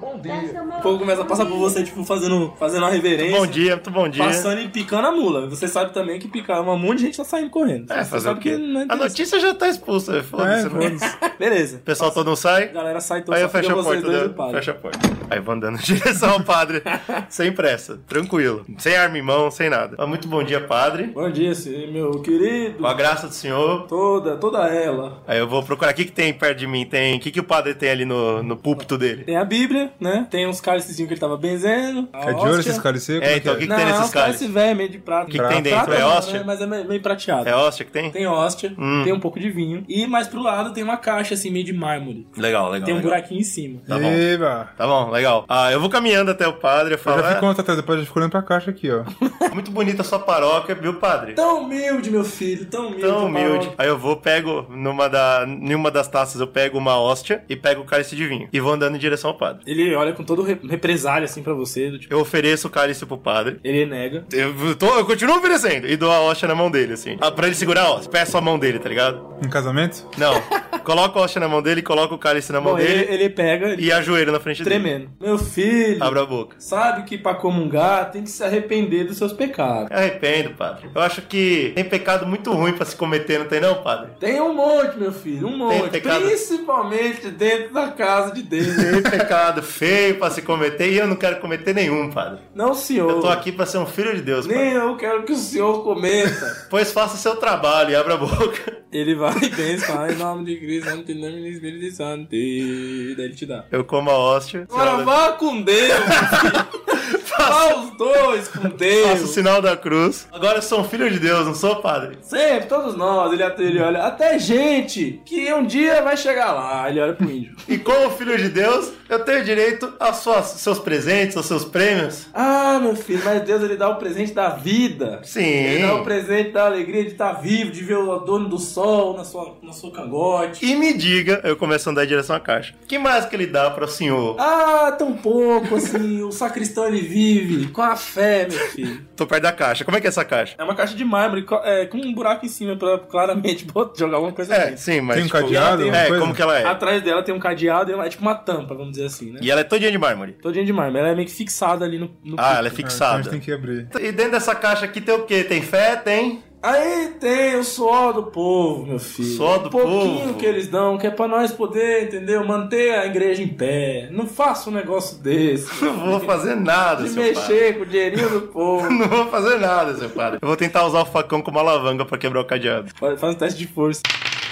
S1: O povo começa a passar por você, tipo, fazendo, fazendo uma reverência.
S2: Bom dia, muito bom dia.
S1: Passando e picando a mula. Você sabe também que picar uma um monte de gente tá saindo correndo.
S2: É,
S1: Você
S2: fazer
S1: sabe
S2: o quê?
S1: que não é
S2: A
S1: interessante.
S2: notícia já tá expulsa. Foda-se.
S3: É,
S2: não-
S3: foda-se.
S1: Beleza.
S2: o pessoal todo não sai.
S1: A galera sai toda
S2: Aí eu
S1: Então só fica
S2: fecho a
S1: vocês
S2: porta,
S1: dois
S2: né?
S1: e o padre.
S2: fecho a porta. Aí vou andando em direção ao padre, sem pressa, tranquilo, sem arma em mão, sem nada. Mas Muito bom dia, padre,
S1: Bom dia, senhor, meu querido.
S2: com a graça do senhor.
S1: Toda, toda ela.
S2: Aí eu vou procurar, o que, que tem perto de mim? Tem, o que, que o padre tem ali no, no púlpito dele?
S1: Tem a Bíblia, né? Tem uns cálicezinhos que ele tava benzendo. a
S3: É de ouro
S1: hóstia.
S3: esses cariceiro?
S2: É, então, o que, que
S1: Não,
S2: tem
S1: é
S2: nesses
S1: uns cálice
S2: cálices?
S1: velho, meio de prata.
S2: Que que tem dentro?
S1: Prata
S2: É
S1: não,
S2: hóstia?
S1: né? Mas é meio meio prateado.
S2: É hóstia que tem?
S1: Tem hóstia,
S2: Hum.
S1: tem um pouco de vinho. E mais pro lado tem uma caixa assim, meio de mármore.
S2: Legal, legal.
S1: Tem um
S2: legal.
S1: buraquinho em cima.
S2: Tá bom.
S3: Eba!
S2: Tá bom, legal. Ah, eu vou caminhando até o padre, eu
S3: Eu
S2: falo,
S3: já fico conta atrás, depois já fico olhando pra caixa aqui, ó.
S2: "Ah, muito bonita a sua paróquia, viu, padre?
S1: Tão humilde, meu filho, tão humilde.
S2: Tão humilde.
S1: Paulo.
S2: Aí eu vou, pego numa da, nenhuma das taças, eu pego uma hóstia e pego o cálice de vinho. E vou andando em direção ao padre.
S1: Ele olha com todo re- represália assim pra você, do tipo,
S2: Eu ofereço o cálice pro padre.
S1: ele nega.
S2: Eu, tô- eu continuo oferecendo. E dou a hóstia na mão dele, assim. Ah, pra ele segurar a hóstia. Peço a mão dele, tá ligado?
S3: Um casamento?
S2: Não. Coloco a hóstia na mão dele, coloco o cálice na mão
S1: Bom,
S2: dele
S1: ele, ele pega, ele
S2: e ajoelho na frente dele.
S1: tremendo. Meu filho,
S2: Abro a boca.
S1: sabe que pra comungar tem que se arrepender dos seus pecados.
S2: Eu arrependo, padre. Eu acho que tem pecado muito ruim pra se cometer, não tem não, padre?
S1: Tem um monte, meu filho, um monte.
S2: pecado.
S1: Principalmente dentro da casa de Deus.
S2: Tem pecado feio pra se cometer e eu não quero cometer nenhum, padre.
S1: Não, senhor.
S2: Eu tô aqui pra ser um filho de Deus,
S1: Nem
S2: padre.
S1: eu quero que o senhor cometa.
S2: Pois faça seu trabalho e abra a boca.
S1: Ele vai e pensa, "Pai, em nome de Cristo, Santo, em nome do Espírito Santo. E daí ele te dá.
S2: Eu como a hóstia.
S1: Agora vá com Deus, filho. Vá os dois com
S2: Faço o
S1: Deus.
S2: sinal da cruz. Agora eu sou um filho de Deus, não sou, padre?
S1: Sempre, todos nós, ele, ele olha, até gente que um dia vai chegar lá. Ele olha pro índio.
S2: E como filho de Deus, eu tenho direito aos suas- seus presentes, aos seus prêmios.
S1: Ah, meu filho, mas Deus ele dá o presente da vida. Ele dá o
S2: Sim.
S1: presente da alegria de estar vivo, de ver o dono do sol na sua, na sua cangote.
S2: E me diga, eu começo a andar em direção à caixa. Que mais que ele dá para o senhor?
S1: Ah, tão pouco assim, o sacristão ele vive com a fé, meu filho.
S2: Tô perto da caixa. Como é que é essa caixa?
S1: É uma caixa de mármore co- é, com um buraco em cima pra claramente bot- jogar alguma coisa
S2: É,
S1: dentro.
S2: sim, mas.
S3: Tem um
S2: tipo,
S3: cadeado, alguma
S2: É,
S3: coisa?
S2: como que ela é?
S1: Atrás dela tem um cadeado, ela é tipo uma tampa, vamos dizer assim, né?
S2: E ela é todinha de mármore.
S1: Todinha de mármore, ela é meio que fixada ali no. no
S2: Ah, ela é
S1: pico.
S3: Ah, então a gente
S2: fixada.
S3: tem que abrir.
S2: E dentro dessa caixa aqui tem o quê? Tem fé? Tem.
S1: Aí tem o suor do povo, meu filho.
S2: Suor do
S1: o pouquinho
S2: povo.
S1: que eles dão, que é pra nós poder, entendeu? Manter a igreja em pé. Não faça um negócio desse.
S2: Não vou fazer nada,
S1: de
S2: seu padre.
S1: mexer com o dinheirinho do povo.
S2: Não vou fazer nada, seu padre. Eu vou tentar usar o facão como alavanca pra quebrar o cadeado.
S1: Faz faz um teste de força.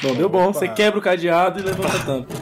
S1: Bom, deu bom. Você quebra o cadeado e levanta a tampa.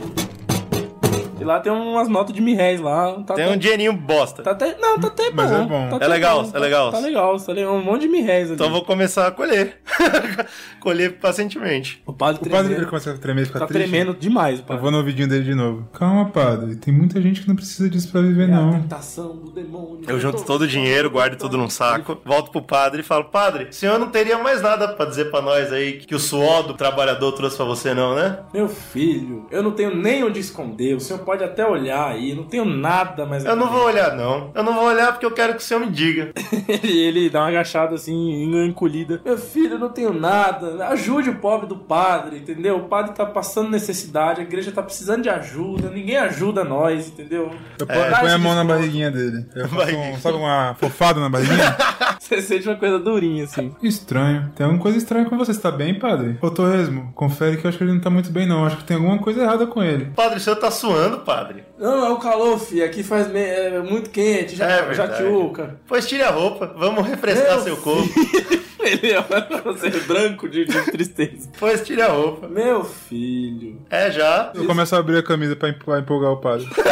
S1: E lá tem umas notas de mil réis lá. Tá,
S2: Tem um dinheirinho bosta.
S1: tá até, não, tá até
S3: Mas
S1: bom.
S3: é bom.
S1: Tá
S3: É
S1: até
S2: legal, é
S1: tá-
S2: legal.
S1: Tá legal, tá legal. Um monte de mil réis ali.
S2: Então eu vou começar a colher. colher pacientemente.
S1: O padre,
S3: O padre
S1: tremendo.
S3: ele começa a tremer e fica
S1: tá
S3: triste.
S1: tremendo demais, o
S3: Eu
S1: padre.
S3: vou no ouvidinho dele de novo. Calma, padre. Tem muita gente que não precisa disso pra viver,
S1: É a
S3: não.
S1: tentação do demônio.
S2: Eu junto todo o dinheiro, guardo tudo num saco, volto pro padre e falo: Padre, o senhor não teria mais nada pra dizer pra nós aí que o suor do trabalhador trouxe pra você, não, né?
S1: Meu filho, eu não tenho nem onde esconder. O senhor pode até olhar aí. Eu não tenho nada, mas.
S2: Eu não vou olhar, não. Eu não vou olhar porque eu quero que o senhor me diga.
S1: Ele, ele dá uma agachada assim, uma encolhida. Meu filho, eu não tenho nada. Ajude o pobre do padre, entendeu? O padre tá passando necessidade, a igreja tá precisando de ajuda, ninguém ajuda nós, entendeu? É,
S3: Eu,
S1: Dá
S2: É.
S3: ponho- eu ponho a
S1: esse
S3: mão na
S1: desconto.
S3: barriguinha dele. Eu faço
S2: Barriguinha.
S3: um, sabe uma fofada na barriguinha?
S1: Você sente uma coisa durinha assim.
S3: Estranho. Tem alguma coisa estranha com você. Você tá bem, padre? Ô, Torresmo, confere que eu acho que ele não tá muito bem, não. Acho que tem alguma coisa errada com ele.
S2: Padre, o senhor tá suando, padre.
S1: Não, é o calor, filho. Aqui faz me- é muito quente, já,
S2: É
S1: já
S2: verdade.
S1: tiuca.
S2: Pois tire a roupa, vamos refrescar
S1: Meu
S2: seu corpo.
S1: Ele olha pra você branco de, de tristeza.
S2: Pois tira a roupa.
S1: Meu filho.
S2: É, já.
S3: Eu começo a abrir a camisa pra emp- pra empolgar o padre.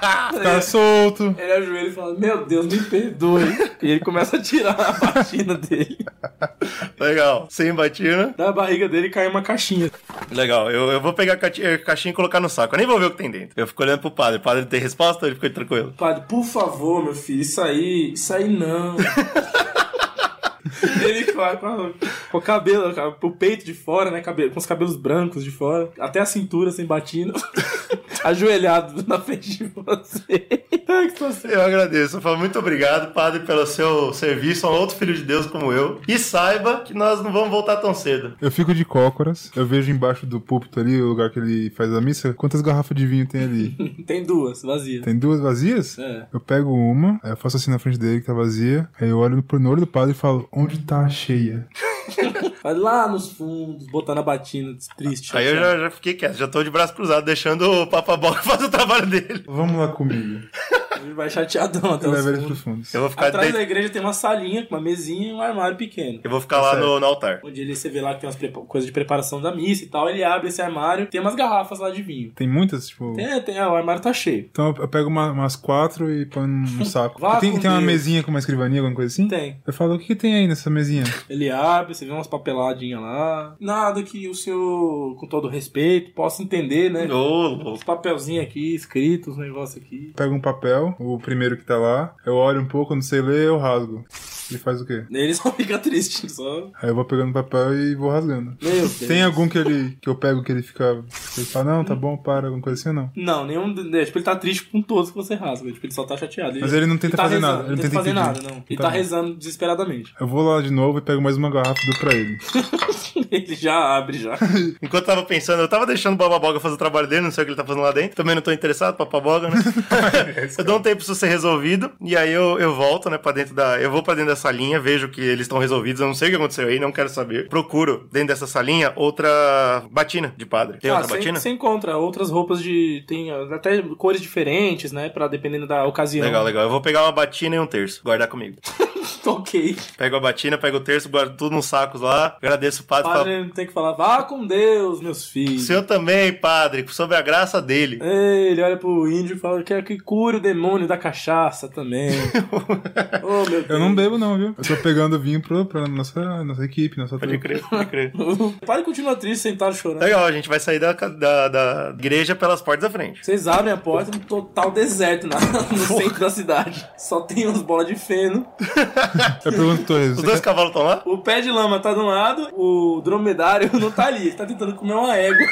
S3: Tá solto.
S1: Ele ajoelha e fala, meu Deus, me perdoe. e ele começa a tirar a batina dele.
S2: Legal. Sem batina.
S1: Da barriga dele cai uma caixinha.
S2: Legal. Eu, eu vou pegar a cati- a caixinha e colocar no saco. Eu nem vou ver o que tem dentro. Eu fico olhando pro padre. O padre tem resposta, ele fica tranquilo.
S1: Padre, por favor, meu filho, isso aí, isso aí não. Ele vai com, a- com o cabelo, cara, pro peito de fora, né? Cabelo, com os cabelos brancos de fora, até a cintura sem batina, ajoelhado na frente de você. Ai, que situação.
S2: Eu agradeço. Eu falo muito obrigado, padre, pelo seu serviço a um outro filho de Deus como eu. E saiba que nós não vamos voltar tão cedo.
S3: Eu fico de cócoras. Eu vejo embaixo do púlpito ali, o lugar que ele faz a missa, quantas garrafas de vinho tem ali.
S1: Tem duas, vazias.
S3: Tem duas vazias?
S1: É.
S3: Eu pego uma, aí eu faço assim na frente dele que tá vazia, aí eu olho pro olho do padre e falo, onde tá a cheia?
S1: Vai lá nos fundos, botando a batina, triste.
S2: Aí eu
S1: chateado.
S2: já, já fiquei quieto, já tô de braço cruzado, deixando o Papa Boca fazer o trabalho dele.
S3: Vamos lá comigo.
S1: Ele vai chateadão até
S3: Eu
S1: os
S3: levo ele
S1: fundos.
S3: pros fundos.
S2: Eu vou ficar
S1: Atrás
S2: dentro.
S1: da igreja tem uma salinha, com uma mesinha e um armário pequeno.
S2: Eu vou ficar lá no, no altar.
S1: Onde ele, você vê lá que tem umas prepa- coisas de preparação da missa e tal. Ele abre esse armário, tem umas garrafas lá de vinho.
S3: Tem muitas, tipo...
S1: Tem, tem, ah, o armário tá cheio.
S3: Então eu pego uma- umas quatro e põe num saco.
S1: Vá
S3: tem
S1: com
S3: tem uma
S1: Deus.
S3: mesinha com uma escrivaninha, alguma coisa assim?
S1: Tem.
S3: Eu falo, o que, que tem aí nessa mesinha?
S1: Ele abre, você vê umas papeladinhas lá. Nada que o senhor, com todo respeito, possa entender, né?
S2: Ô, louco.
S1: Os papelzinhos aqui, escritos, os negócios aqui.
S3: Pego um papel, o primeiro que tá lá, eu olho um pouco, eu não sei ler, eu rasgo. Ele faz o quê?
S1: Ele só fica triste, só.
S3: Aí eu vou pegando o papel e vou rasgando.
S1: Meu Deus.
S3: Tem algum que ele que eu pego que ele fica. Ele fala, não, tá bom, para, alguma coisa assim ou não?
S1: Não, nenhum. é, Tipo, ele tá triste com todos que você rasga. Tipo, ele só tá chateado.
S3: Mas ele não tenta fazer
S1: tá rezando,
S3: nada, ele
S1: Não
S3: não
S1: tenta fazer
S3: tenta
S1: nada,
S3: impedir.
S1: não. Ele
S3: Tá
S1: tá
S3: bom.
S1: rezando desesperadamente.
S3: Eu vou lá de novo e pego mais uma garrafa e dou pra ele.
S1: Ele já abre, já.
S2: Enquanto eu tava pensando, eu tava deixando o Papa Boga fazer o trabalho dele, não sei o que ele tá fazendo lá dentro. Também não tô interessado, Papa Boga, né? eu dou um tempo pra isso ser resolvido. E aí eu, eu volto, né, pra dentro da. Eu vou pra dentro da salinha, vejo que eles estão resolvidos. Eu não sei o que aconteceu aí, não quero saber. Procuro, dentro dessa salinha, outra batina de padre. Tem
S1: Ah,
S2: outra
S1: você-
S2: batina?
S1: Você encontra outras roupas de. Tem ah, até cores diferentes, né? Pra dependendo da ocasião.
S2: Legal, legal. Eu vou pegar uma batina e um terço, guardar comigo.
S1: Ok.
S2: Pego a batina, pego o terço, guardo tudo nos sacos lá. Agradeço o padre. falo,
S1: Padre né, tem que falar, vá com Deus, meus
S2: O
S1: filhos.
S2: senhor também, padre, sobre a graça
S1: É.
S2: dele.
S1: Ei, Ele olha pro índio e fala quero que cure o demônio da cachaça também. oh, meu Deus.
S3: Eu não bebo, não, viu? Eu tô pegando vinho pro, pra nossa, nossa equipe, nossa
S2: Pode
S3: trupe.
S2: crer, pode crer.
S1: O padre continua triste, sentado chorando.
S2: Legal, a gente vai sair da, ca- da, da igreja pelas portas da frente.
S1: Vocês abrem a porta, um total deserto na- no centro da cidade. Só tem umas bolas de feno.
S3: Eu pergunto pro Torres,
S2: Os
S3: você
S2: dois cavalos estão lá?
S1: O pé de lama tá de um lado, o dromedário não tá ali. Ele tá tentando comer uma égua.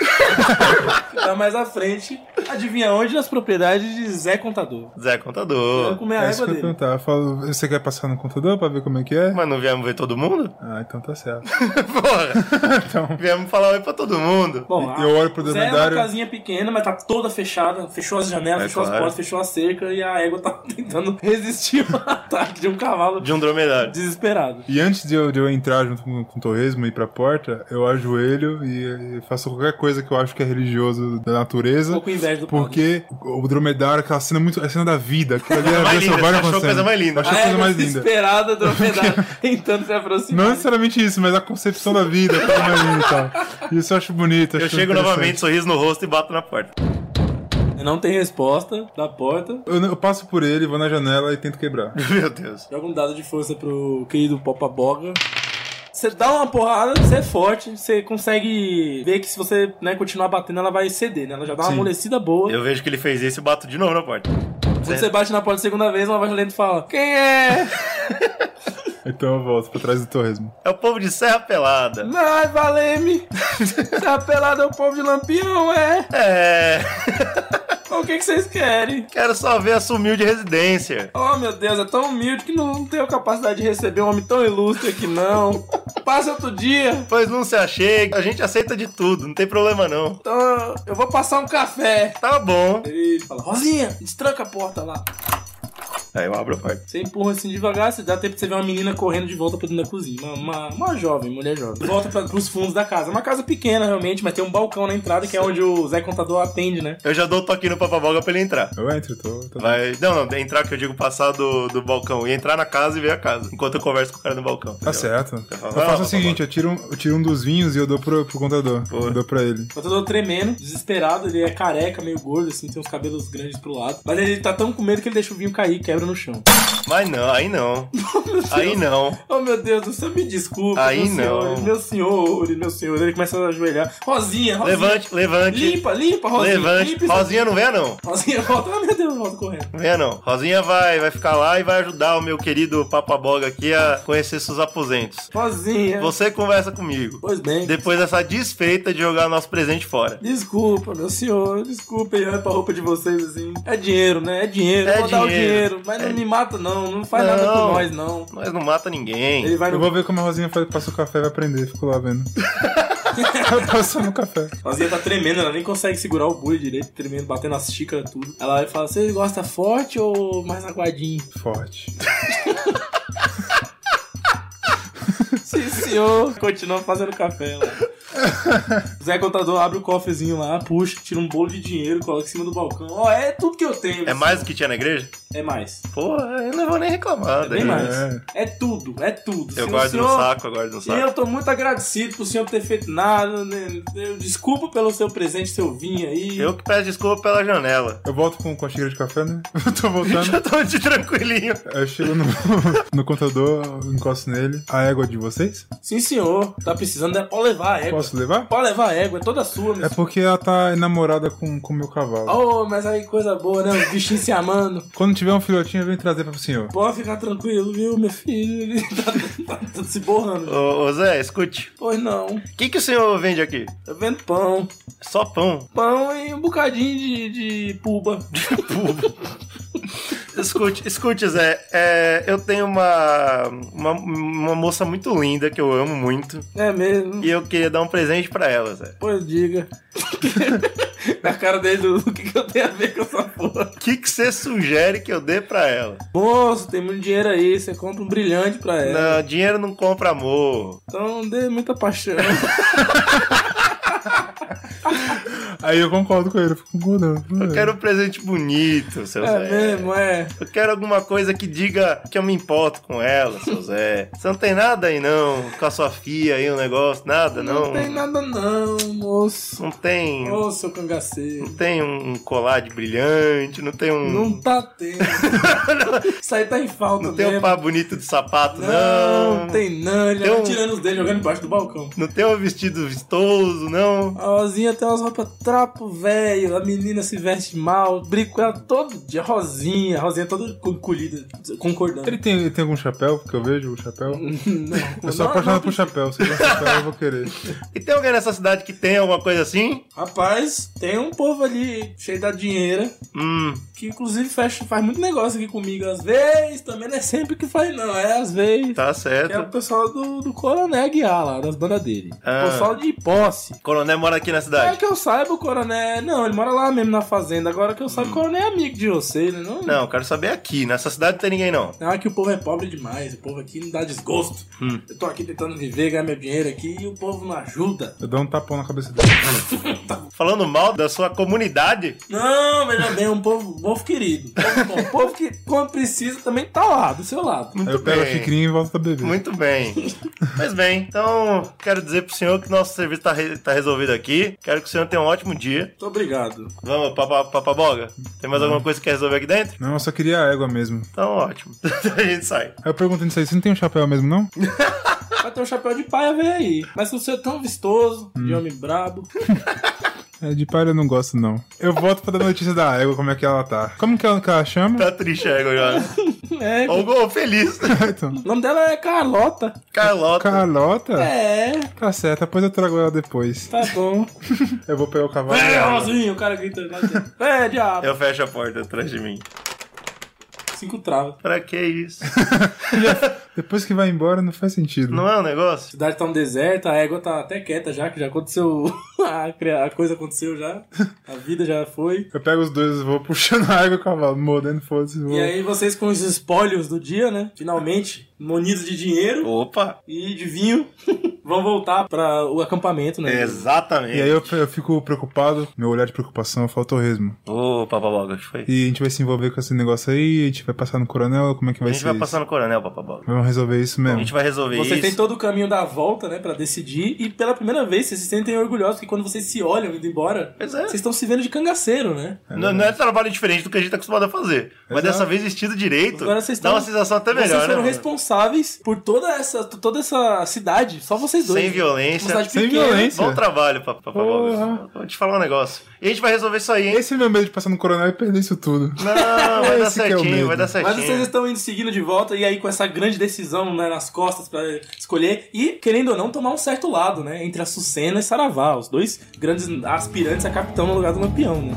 S1: tá mais à frente. Adivinha onde? Nas propriedades de Zé Contador.
S2: Zé é
S1: Vai
S2: Contador.
S1: comer a
S3: quer- é isso
S1: égua
S3: que eu ia
S1: dele.
S3: perguntar. Eu falo, você quer passar no contador pra ver como é que é?
S2: Mas não viemos ver todo mundo?
S3: Ah, então tá certo.
S2: Porra!
S3: Então.
S2: Viemos falar oi pra todo mundo.
S1: Bom,
S3: E eu olho pro
S1: Zé é uma
S3: dromedário.
S1: casinha pequena, mas tá toda fechada. Fechou as janelas,
S2: É
S1: fechou as
S2: claro.
S1: portas, fechou a cerca e a égua tá tentando resistir ao ataque de um cavalo
S2: De um dromedário.
S1: desesperado.
S3: E antes de eu, de eu entrar junto com, com o Torresmo e ir pra porta, eu ajoelho e, e faço qualquer coisa que eu acho que é religioso da natureza.
S1: Ficou com Um inveja do padre.
S3: Porque o dromedário, aquela cena é muito. A cena da vida. Aquilo ali era
S2: Mais
S3: ver seu
S2: linda, você
S3: vário
S2: achou a
S3: avançando.
S2: coisa mais linda. É,
S3: Eu achei
S1: A
S3: é a coisa
S1: égua
S3: mais linda.
S1: desesperada do dromedário tentando se aproximar.
S3: Não necessariamente isso, mas a concepção da vida, é a coisa mais linda e tal. Isso eu acho bonito.
S2: Eu
S3: acho
S2: chego
S3: interessante.
S2: novamente, sorriso no rosto e bato na porta.
S1: Não tem resposta da porta.
S3: Eu, eu passo por ele, vou na janela e tento quebrar.
S2: Meu Deus.
S1: Joga um dado de força pro querido Popa Boga. Você dá uma porrada, você é forte, você consegue ver que se você né, continuar batendo, ela vai ceder, né? Ela já dá uma
S3: Sim.
S1: amolecida boa.
S2: Eu vejo que ele fez isso e bato de novo na porta.
S1: Quando você bate na porta a segunda vez, uma voz lenta fala: Quem é?
S3: Então eu volto pra trás do torresmo.
S2: É o povo de Serra Pelada.
S1: Ai, é valeme! Tá pelado é o povo de Lampião, é?
S2: É.
S1: O que, que vocês querem?
S2: Quero só ver a sumiu de residência.
S1: Oh, meu Deus, é tão humilde que não tenho capacidade de receber um homem tão ilustre aqui, não. Passa outro dia.
S2: Pois não se achega, a gente aceita de tudo, não tem problema não.
S1: Então, eu vou passar um café.
S2: Tá bom.
S1: Ele fala, Rosinha, destranca a porta lá.
S2: Aí eu abro a porta.
S1: Você empurra assim devagar, se dá tempo de você ver uma menina correndo de volta pra dentro da cozinha. Uma, uma, uma jovem, mulher jovem. Volta pra, pros fundos da casa. É Uma casa pequena, realmente, mas tem um balcão na entrada que é onde o Zé Contador atende, né?
S2: Eu já dou o toque no Papaboga pra ele entrar.
S3: Eu entro, tô. tô...
S2: Vai. Não, não, entrar que eu digo passar do, do balcão. E entrar na casa e ver a casa. Enquanto eu converso com o cara no balcão.
S3: Tá
S2: entendeu?
S3: certo.
S2: falar?
S3: Eu
S2: Vai lá,
S3: faço
S2: vai
S3: o seguinte,
S2: falar.
S3: eu tiro, um, eu tiro um dos vinhos e eu dou pro, pro contador.
S2: Boa.
S3: Eu dou pra ele.
S1: O Contador tremendo, desesperado, ele é careca, meio gordo, assim, tem uns cabelos grandes pro lado. Mas ele tá tão com medo que ele deixa o vinho cair e quebra no chão.
S2: Mas não, aí não. aí não.
S1: Oh meu Deus, do céu, me desculpa.
S2: Aí
S1: meus
S2: não.
S1: senhores, Meus senhores, meus senhores. Ele começa a ajoelhar. Rosinha, Rosinha.
S2: Levante, levante.
S1: Limpa, limpa, Rosinha.
S2: levante.
S1: Limpa, isso aqui.
S2: Rosinha não venha não.
S1: Rosinha, volta. Ah, meu Deus, volta correndo.
S2: Não venha não. Rosinha vai, vai ficar lá e vai ajudar o meu querido Papaboga aqui a conhecer seus aposentos.
S1: Rosinha.
S2: Você conversa comigo.
S1: Pois bem.
S2: Depois dessa desfeita de jogar nosso presente fora.
S1: Desculpa, meu senhor, desculpa aí olha pra roupa de vocês assim. É dinheiro, né? É dinheiro,
S2: É
S1: eu vou dar o
S2: dinheiro. É.
S1: dinheiro, mas não me mata não, não faz nada
S2: Não.
S1: com nós não.
S2: Mas não mata ninguém.
S1: Ele vai
S3: Eu
S1: no
S3: vou ver como a Rosinha faz- passa o café e vai aprender. Fico lá vendo. Ela passando o café.
S1: Rosinha tá tremendo, ela nem consegue segurar o bule direito, tremendo, batendo as xícaras tudo. Ela fala, você gosta forte ou mais aguadinho?
S3: Forte.
S1: Sim, senhor. Continua fazendo café lá. O Zé Contador abre o cofrezinho lá, puxa, tira um bolo de dinheiro, coloca em cima do balcão. Ó, é tudo que eu tenho.
S2: É
S1: meu
S2: mais do
S1: senhor.
S2: que tinha na igreja?
S1: É mais.
S2: Pô, eu não vou nem reclamar.
S1: É
S2: daí.
S1: bem mais.
S3: É.
S1: É tudo, é tudo.
S2: Eu
S1: Se o
S2: um guardo no
S1: senhor-
S2: saco, eu guardo no
S1: E
S2: saco.
S1: eu tô muito agradecido por o senhor ter feito nada, né? Eu- Desculpa pelo seu presente, seu vinho aí.
S2: Eu que peço desculpa pela janela.
S3: Eu volto com, com a xícara de café, né? Eu tô voltando.
S2: Já tô de tranquilinho.
S3: Aí Eu chego no, no contador, eu encosto nele. A égua de vocês?
S1: Sim, senhor. Tá precisando, né? Pode levar
S2: É.
S1: a égua.
S3: Posso levar?
S1: Pode levar a égua, é toda sua, meu
S3: É
S1: senhor.
S3: porque ela tá namorada com com o meu cavalo.
S1: Oh, mas aí coisa boa, né? Os bichinhos se amando.
S3: Quando tiver um filhotinho, eu venho trazer pra senhor.
S1: Pode ficar tranquilo, viu, meu filho? Ele tá, tá- tá se borrando.
S2: Ô, ô Zé, escute.
S1: Pois não.
S2: O que, que o senhor vende aqui?
S1: Eu vendo pão.
S2: Só pão.
S1: Pão e um bocadinho de, de puba.
S2: Escute, escute, Zé. É, eu tenho uma, uma. uma moça muito linda que eu amo muito.
S1: É mesmo.
S2: E eu queria dar um presente pra ela, Zé.
S1: Pois diga. Na cara dele, o que, que eu tenho a ver com essa porra?
S2: O que, que você sugere que eu dê pra ela?
S1: Moço, tem muito dinheiro aí, você compra um brilhante pra ela.
S2: Não, dinheiro não compra amor.
S1: Então não dê muita paixão.
S3: Aí eu concordo com ele, eu fico concordando.
S2: Eu quero um presente bonito, seu
S1: é
S2: Zé.
S1: mesmo, é.
S2: Eu quero alguma coisa que diga que eu me importo com ela, seu Zé. Você não tem nada aí não, com a sua filha aí, um negócio, nada não. Hum.
S1: Não, tem nada não, moço.
S2: Não tem,
S1: Ô, seu cangaceiro.
S2: não tem um colar de brilhante, não tem um.
S1: Não tá tendo. Isso aí tá em falta
S2: não tem
S1: mesmo.
S2: um par bonito de sapato, não.
S1: não, tem não. Ele
S2: Tem
S1: já tá
S2: um-
S1: tirando os dele, jogando embaixo do balcão.
S2: Não tem um vestido vistoso, não.
S1: A Rosinha tem umas roupas trapo, velho. A menina se veste mal. Brigo com ela todo dia. Rosinha. Rosinha toda encolhida, concordando.
S3: Ele tem, ele tem algum chapéu? Porque eu vejo o chapéu.
S1: Não,
S3: Eu sou
S1: não,
S3: apaixonado
S1: não,
S3: por chapéu. Se tiver chapéu, eu vou querer.
S2: E tem alguém nessa cidade que tem alguma coisa assim?
S1: Rapaz, tem um povo ali cheio da dinheira,
S2: Hum,
S1: que inclusive fecha, faz muito negócio aqui comigo. Às vezes, também não é sempre que faz, não, é às vezes.
S2: tá
S1: É o
S2: certo.
S1: pessoal do, do Coronel Aguiar lá, das bandas dele.
S2: Ah.
S1: Pessoal de posse.
S2: Coronel mora aqui na
S1: É
S2: cidade.
S1: que eu saiba, o Coronel. é- Não, ele mora lá mesmo na fazenda. Agora que eu saiba, o Coronel é amigo de você, né? Não,
S2: Não, eu quero saber aqui. Nessa cidade não tem ninguém, não.
S1: Não, é que o povo é pobre demais. O povo aqui não dá desgosto. Eu tô aqui tentando viver, ganhar meu dinheiro aqui e o povo não ajuda.
S3: Eu dou um tapão na cabeça dele.
S2: Falando mal da sua comunidade,
S1: Não, veja bem, um povo, povo querido. Povo bom. Um povo que, quando precisa, também tá lá, do seu lado.
S3: Aí eu pego a xicrinha e volto a beber.
S2: Muito bem. Pois bem, então quero dizer pro senhor que nosso serviço tá, re- tá resolvido aqui. Quero que o senhor tenha um ótimo dia.
S1: Muito obrigado.
S2: Vamos, papa- papaboga? Tem mais alguma coisa que quer resolver aqui dentro?
S3: Não, eu só queria a égua mesmo.
S2: Então ótimo. a gente sai.
S3: Aí eu perguntei isso aí, você não tem um chapéu mesmo, não?
S1: Vai ter um chapéu de paia, vem aí. Mas se o seu é tão vistoso, de homem brabo.
S3: É, de palha eu não gosto, não. Eu volto pra dar notícia da égua, como é que ela tá. Como que ela, que ela chama?
S2: Tá triste a égua já.
S1: É,
S2: Ô, gol, feliz.
S3: Então,
S1: o nome dela é Carlota.
S2: Carlota.
S3: Carlota?
S1: É,
S3: Tá certo, depois eu trago ela depois.
S1: tá bom.
S3: Eu vou pegar o cavalo. e
S1: É,
S3: a égua.
S1: Rosinho, o cara grita. lá dentro. É, diabo.
S2: Eu fecho a porta atrás de mim.
S1: Cinco travas.
S2: Pra que isso?
S3: Depois que vai embora, não faz sentido.
S2: Não é um negócio?
S1: cidade tá um deserto, a égua tá até quieta já, que já aconteceu. a cria- a coisa aconteceu já. A vida já foi.
S3: Eu pego os dois, vou puxando a água e o cavalo, mordendo, foda-se. vou-
S1: E aí vocês com os espólios do dia, né? Finalmente, munidos de dinheiro
S2: Opa!
S1: e de vinho, vão voltar para o acampamento, né?
S3: É. E
S2: Exatamente.
S3: aí eu, eu fico preocupado, meu olhar de preocupação é o torresmo.
S2: Opa, baboga, que foi?
S3: E a gente vai se envolver com esse negócio aí, a gente vai passar no coronel, como é que
S2: a
S3: vai
S2: gente
S3: ser
S2: vai
S3: isso?
S2: passar no coronel, bababoga.
S3: Vamos resolver isso
S2: A
S3: mesmo.
S2: gente vai resolver
S1: Vocês
S2: isso.
S1: têm todo o caminho da volta, né, Pra decidir. E pela primeira vez, vocês se sentem orgulhosos, que quando vocês se olham indo embora,
S2: Pois é.
S1: vocês estão se vendo de cangaceiro, né?
S2: Não, não é trabalho diferente do que a gente tá acostumado a fazer. Mas
S3: Exato.
S2: dessa vez vestido direito,
S1: Agora vocês
S2: dá
S1: estão.
S2: uma sensação até melhor,
S1: Vocês
S2: né?
S1: foram
S2: mano?
S1: responsáveis por toda essa, toda essa cidade, só vocês dois. né?
S2: Sem violência.
S1: Uma cidade
S3: Sem
S1: pequena.
S3: violência.
S2: Bom trabalho, pa- pa-
S3: Porra.
S2: baboga. Vou te falar um negócio. E a gente vai resolver isso aí, hein?
S3: Esse é meu medo de passar no coronel e perder isso tudo.
S2: Não, vai dar
S3: Esse que é o
S2: certinho,
S3: medo.
S2: vai dar
S1: Mas
S2: certinho.
S1: vocês estão indo seguindo de volta e aí com essa grande decisão né, nas costas pra escolher e, querendo ou não, tomar um certo lado, né? Entre a Sucena e Saravá, os dois grandes aspirantes a capitão no lugar do Lampião, né?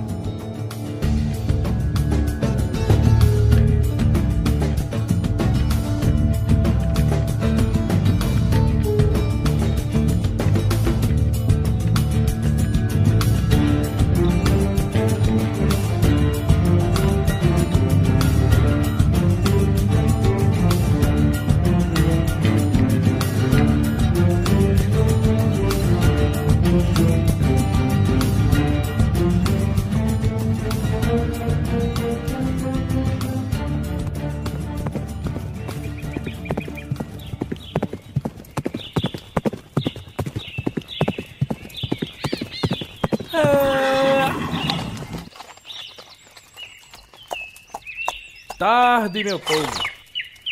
S6: Tarde, meu povo.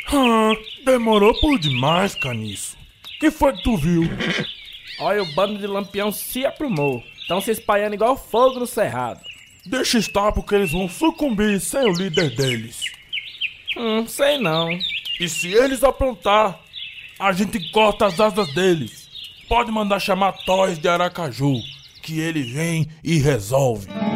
S4: Ah, demorou por demais, caniço. Que foi que tu viu?
S6: Olha, o bando de lampião se aprumou. Estão se espalhando igual fogo no cerrado.
S4: Deixa estar porque eles vão sucumbir sem o líder deles.
S6: Hum, sei não.
S4: E se eles aprontar, a gente corta as asas deles. Pode mandar chamar Toys de Aracaju, que ele vem e resolve.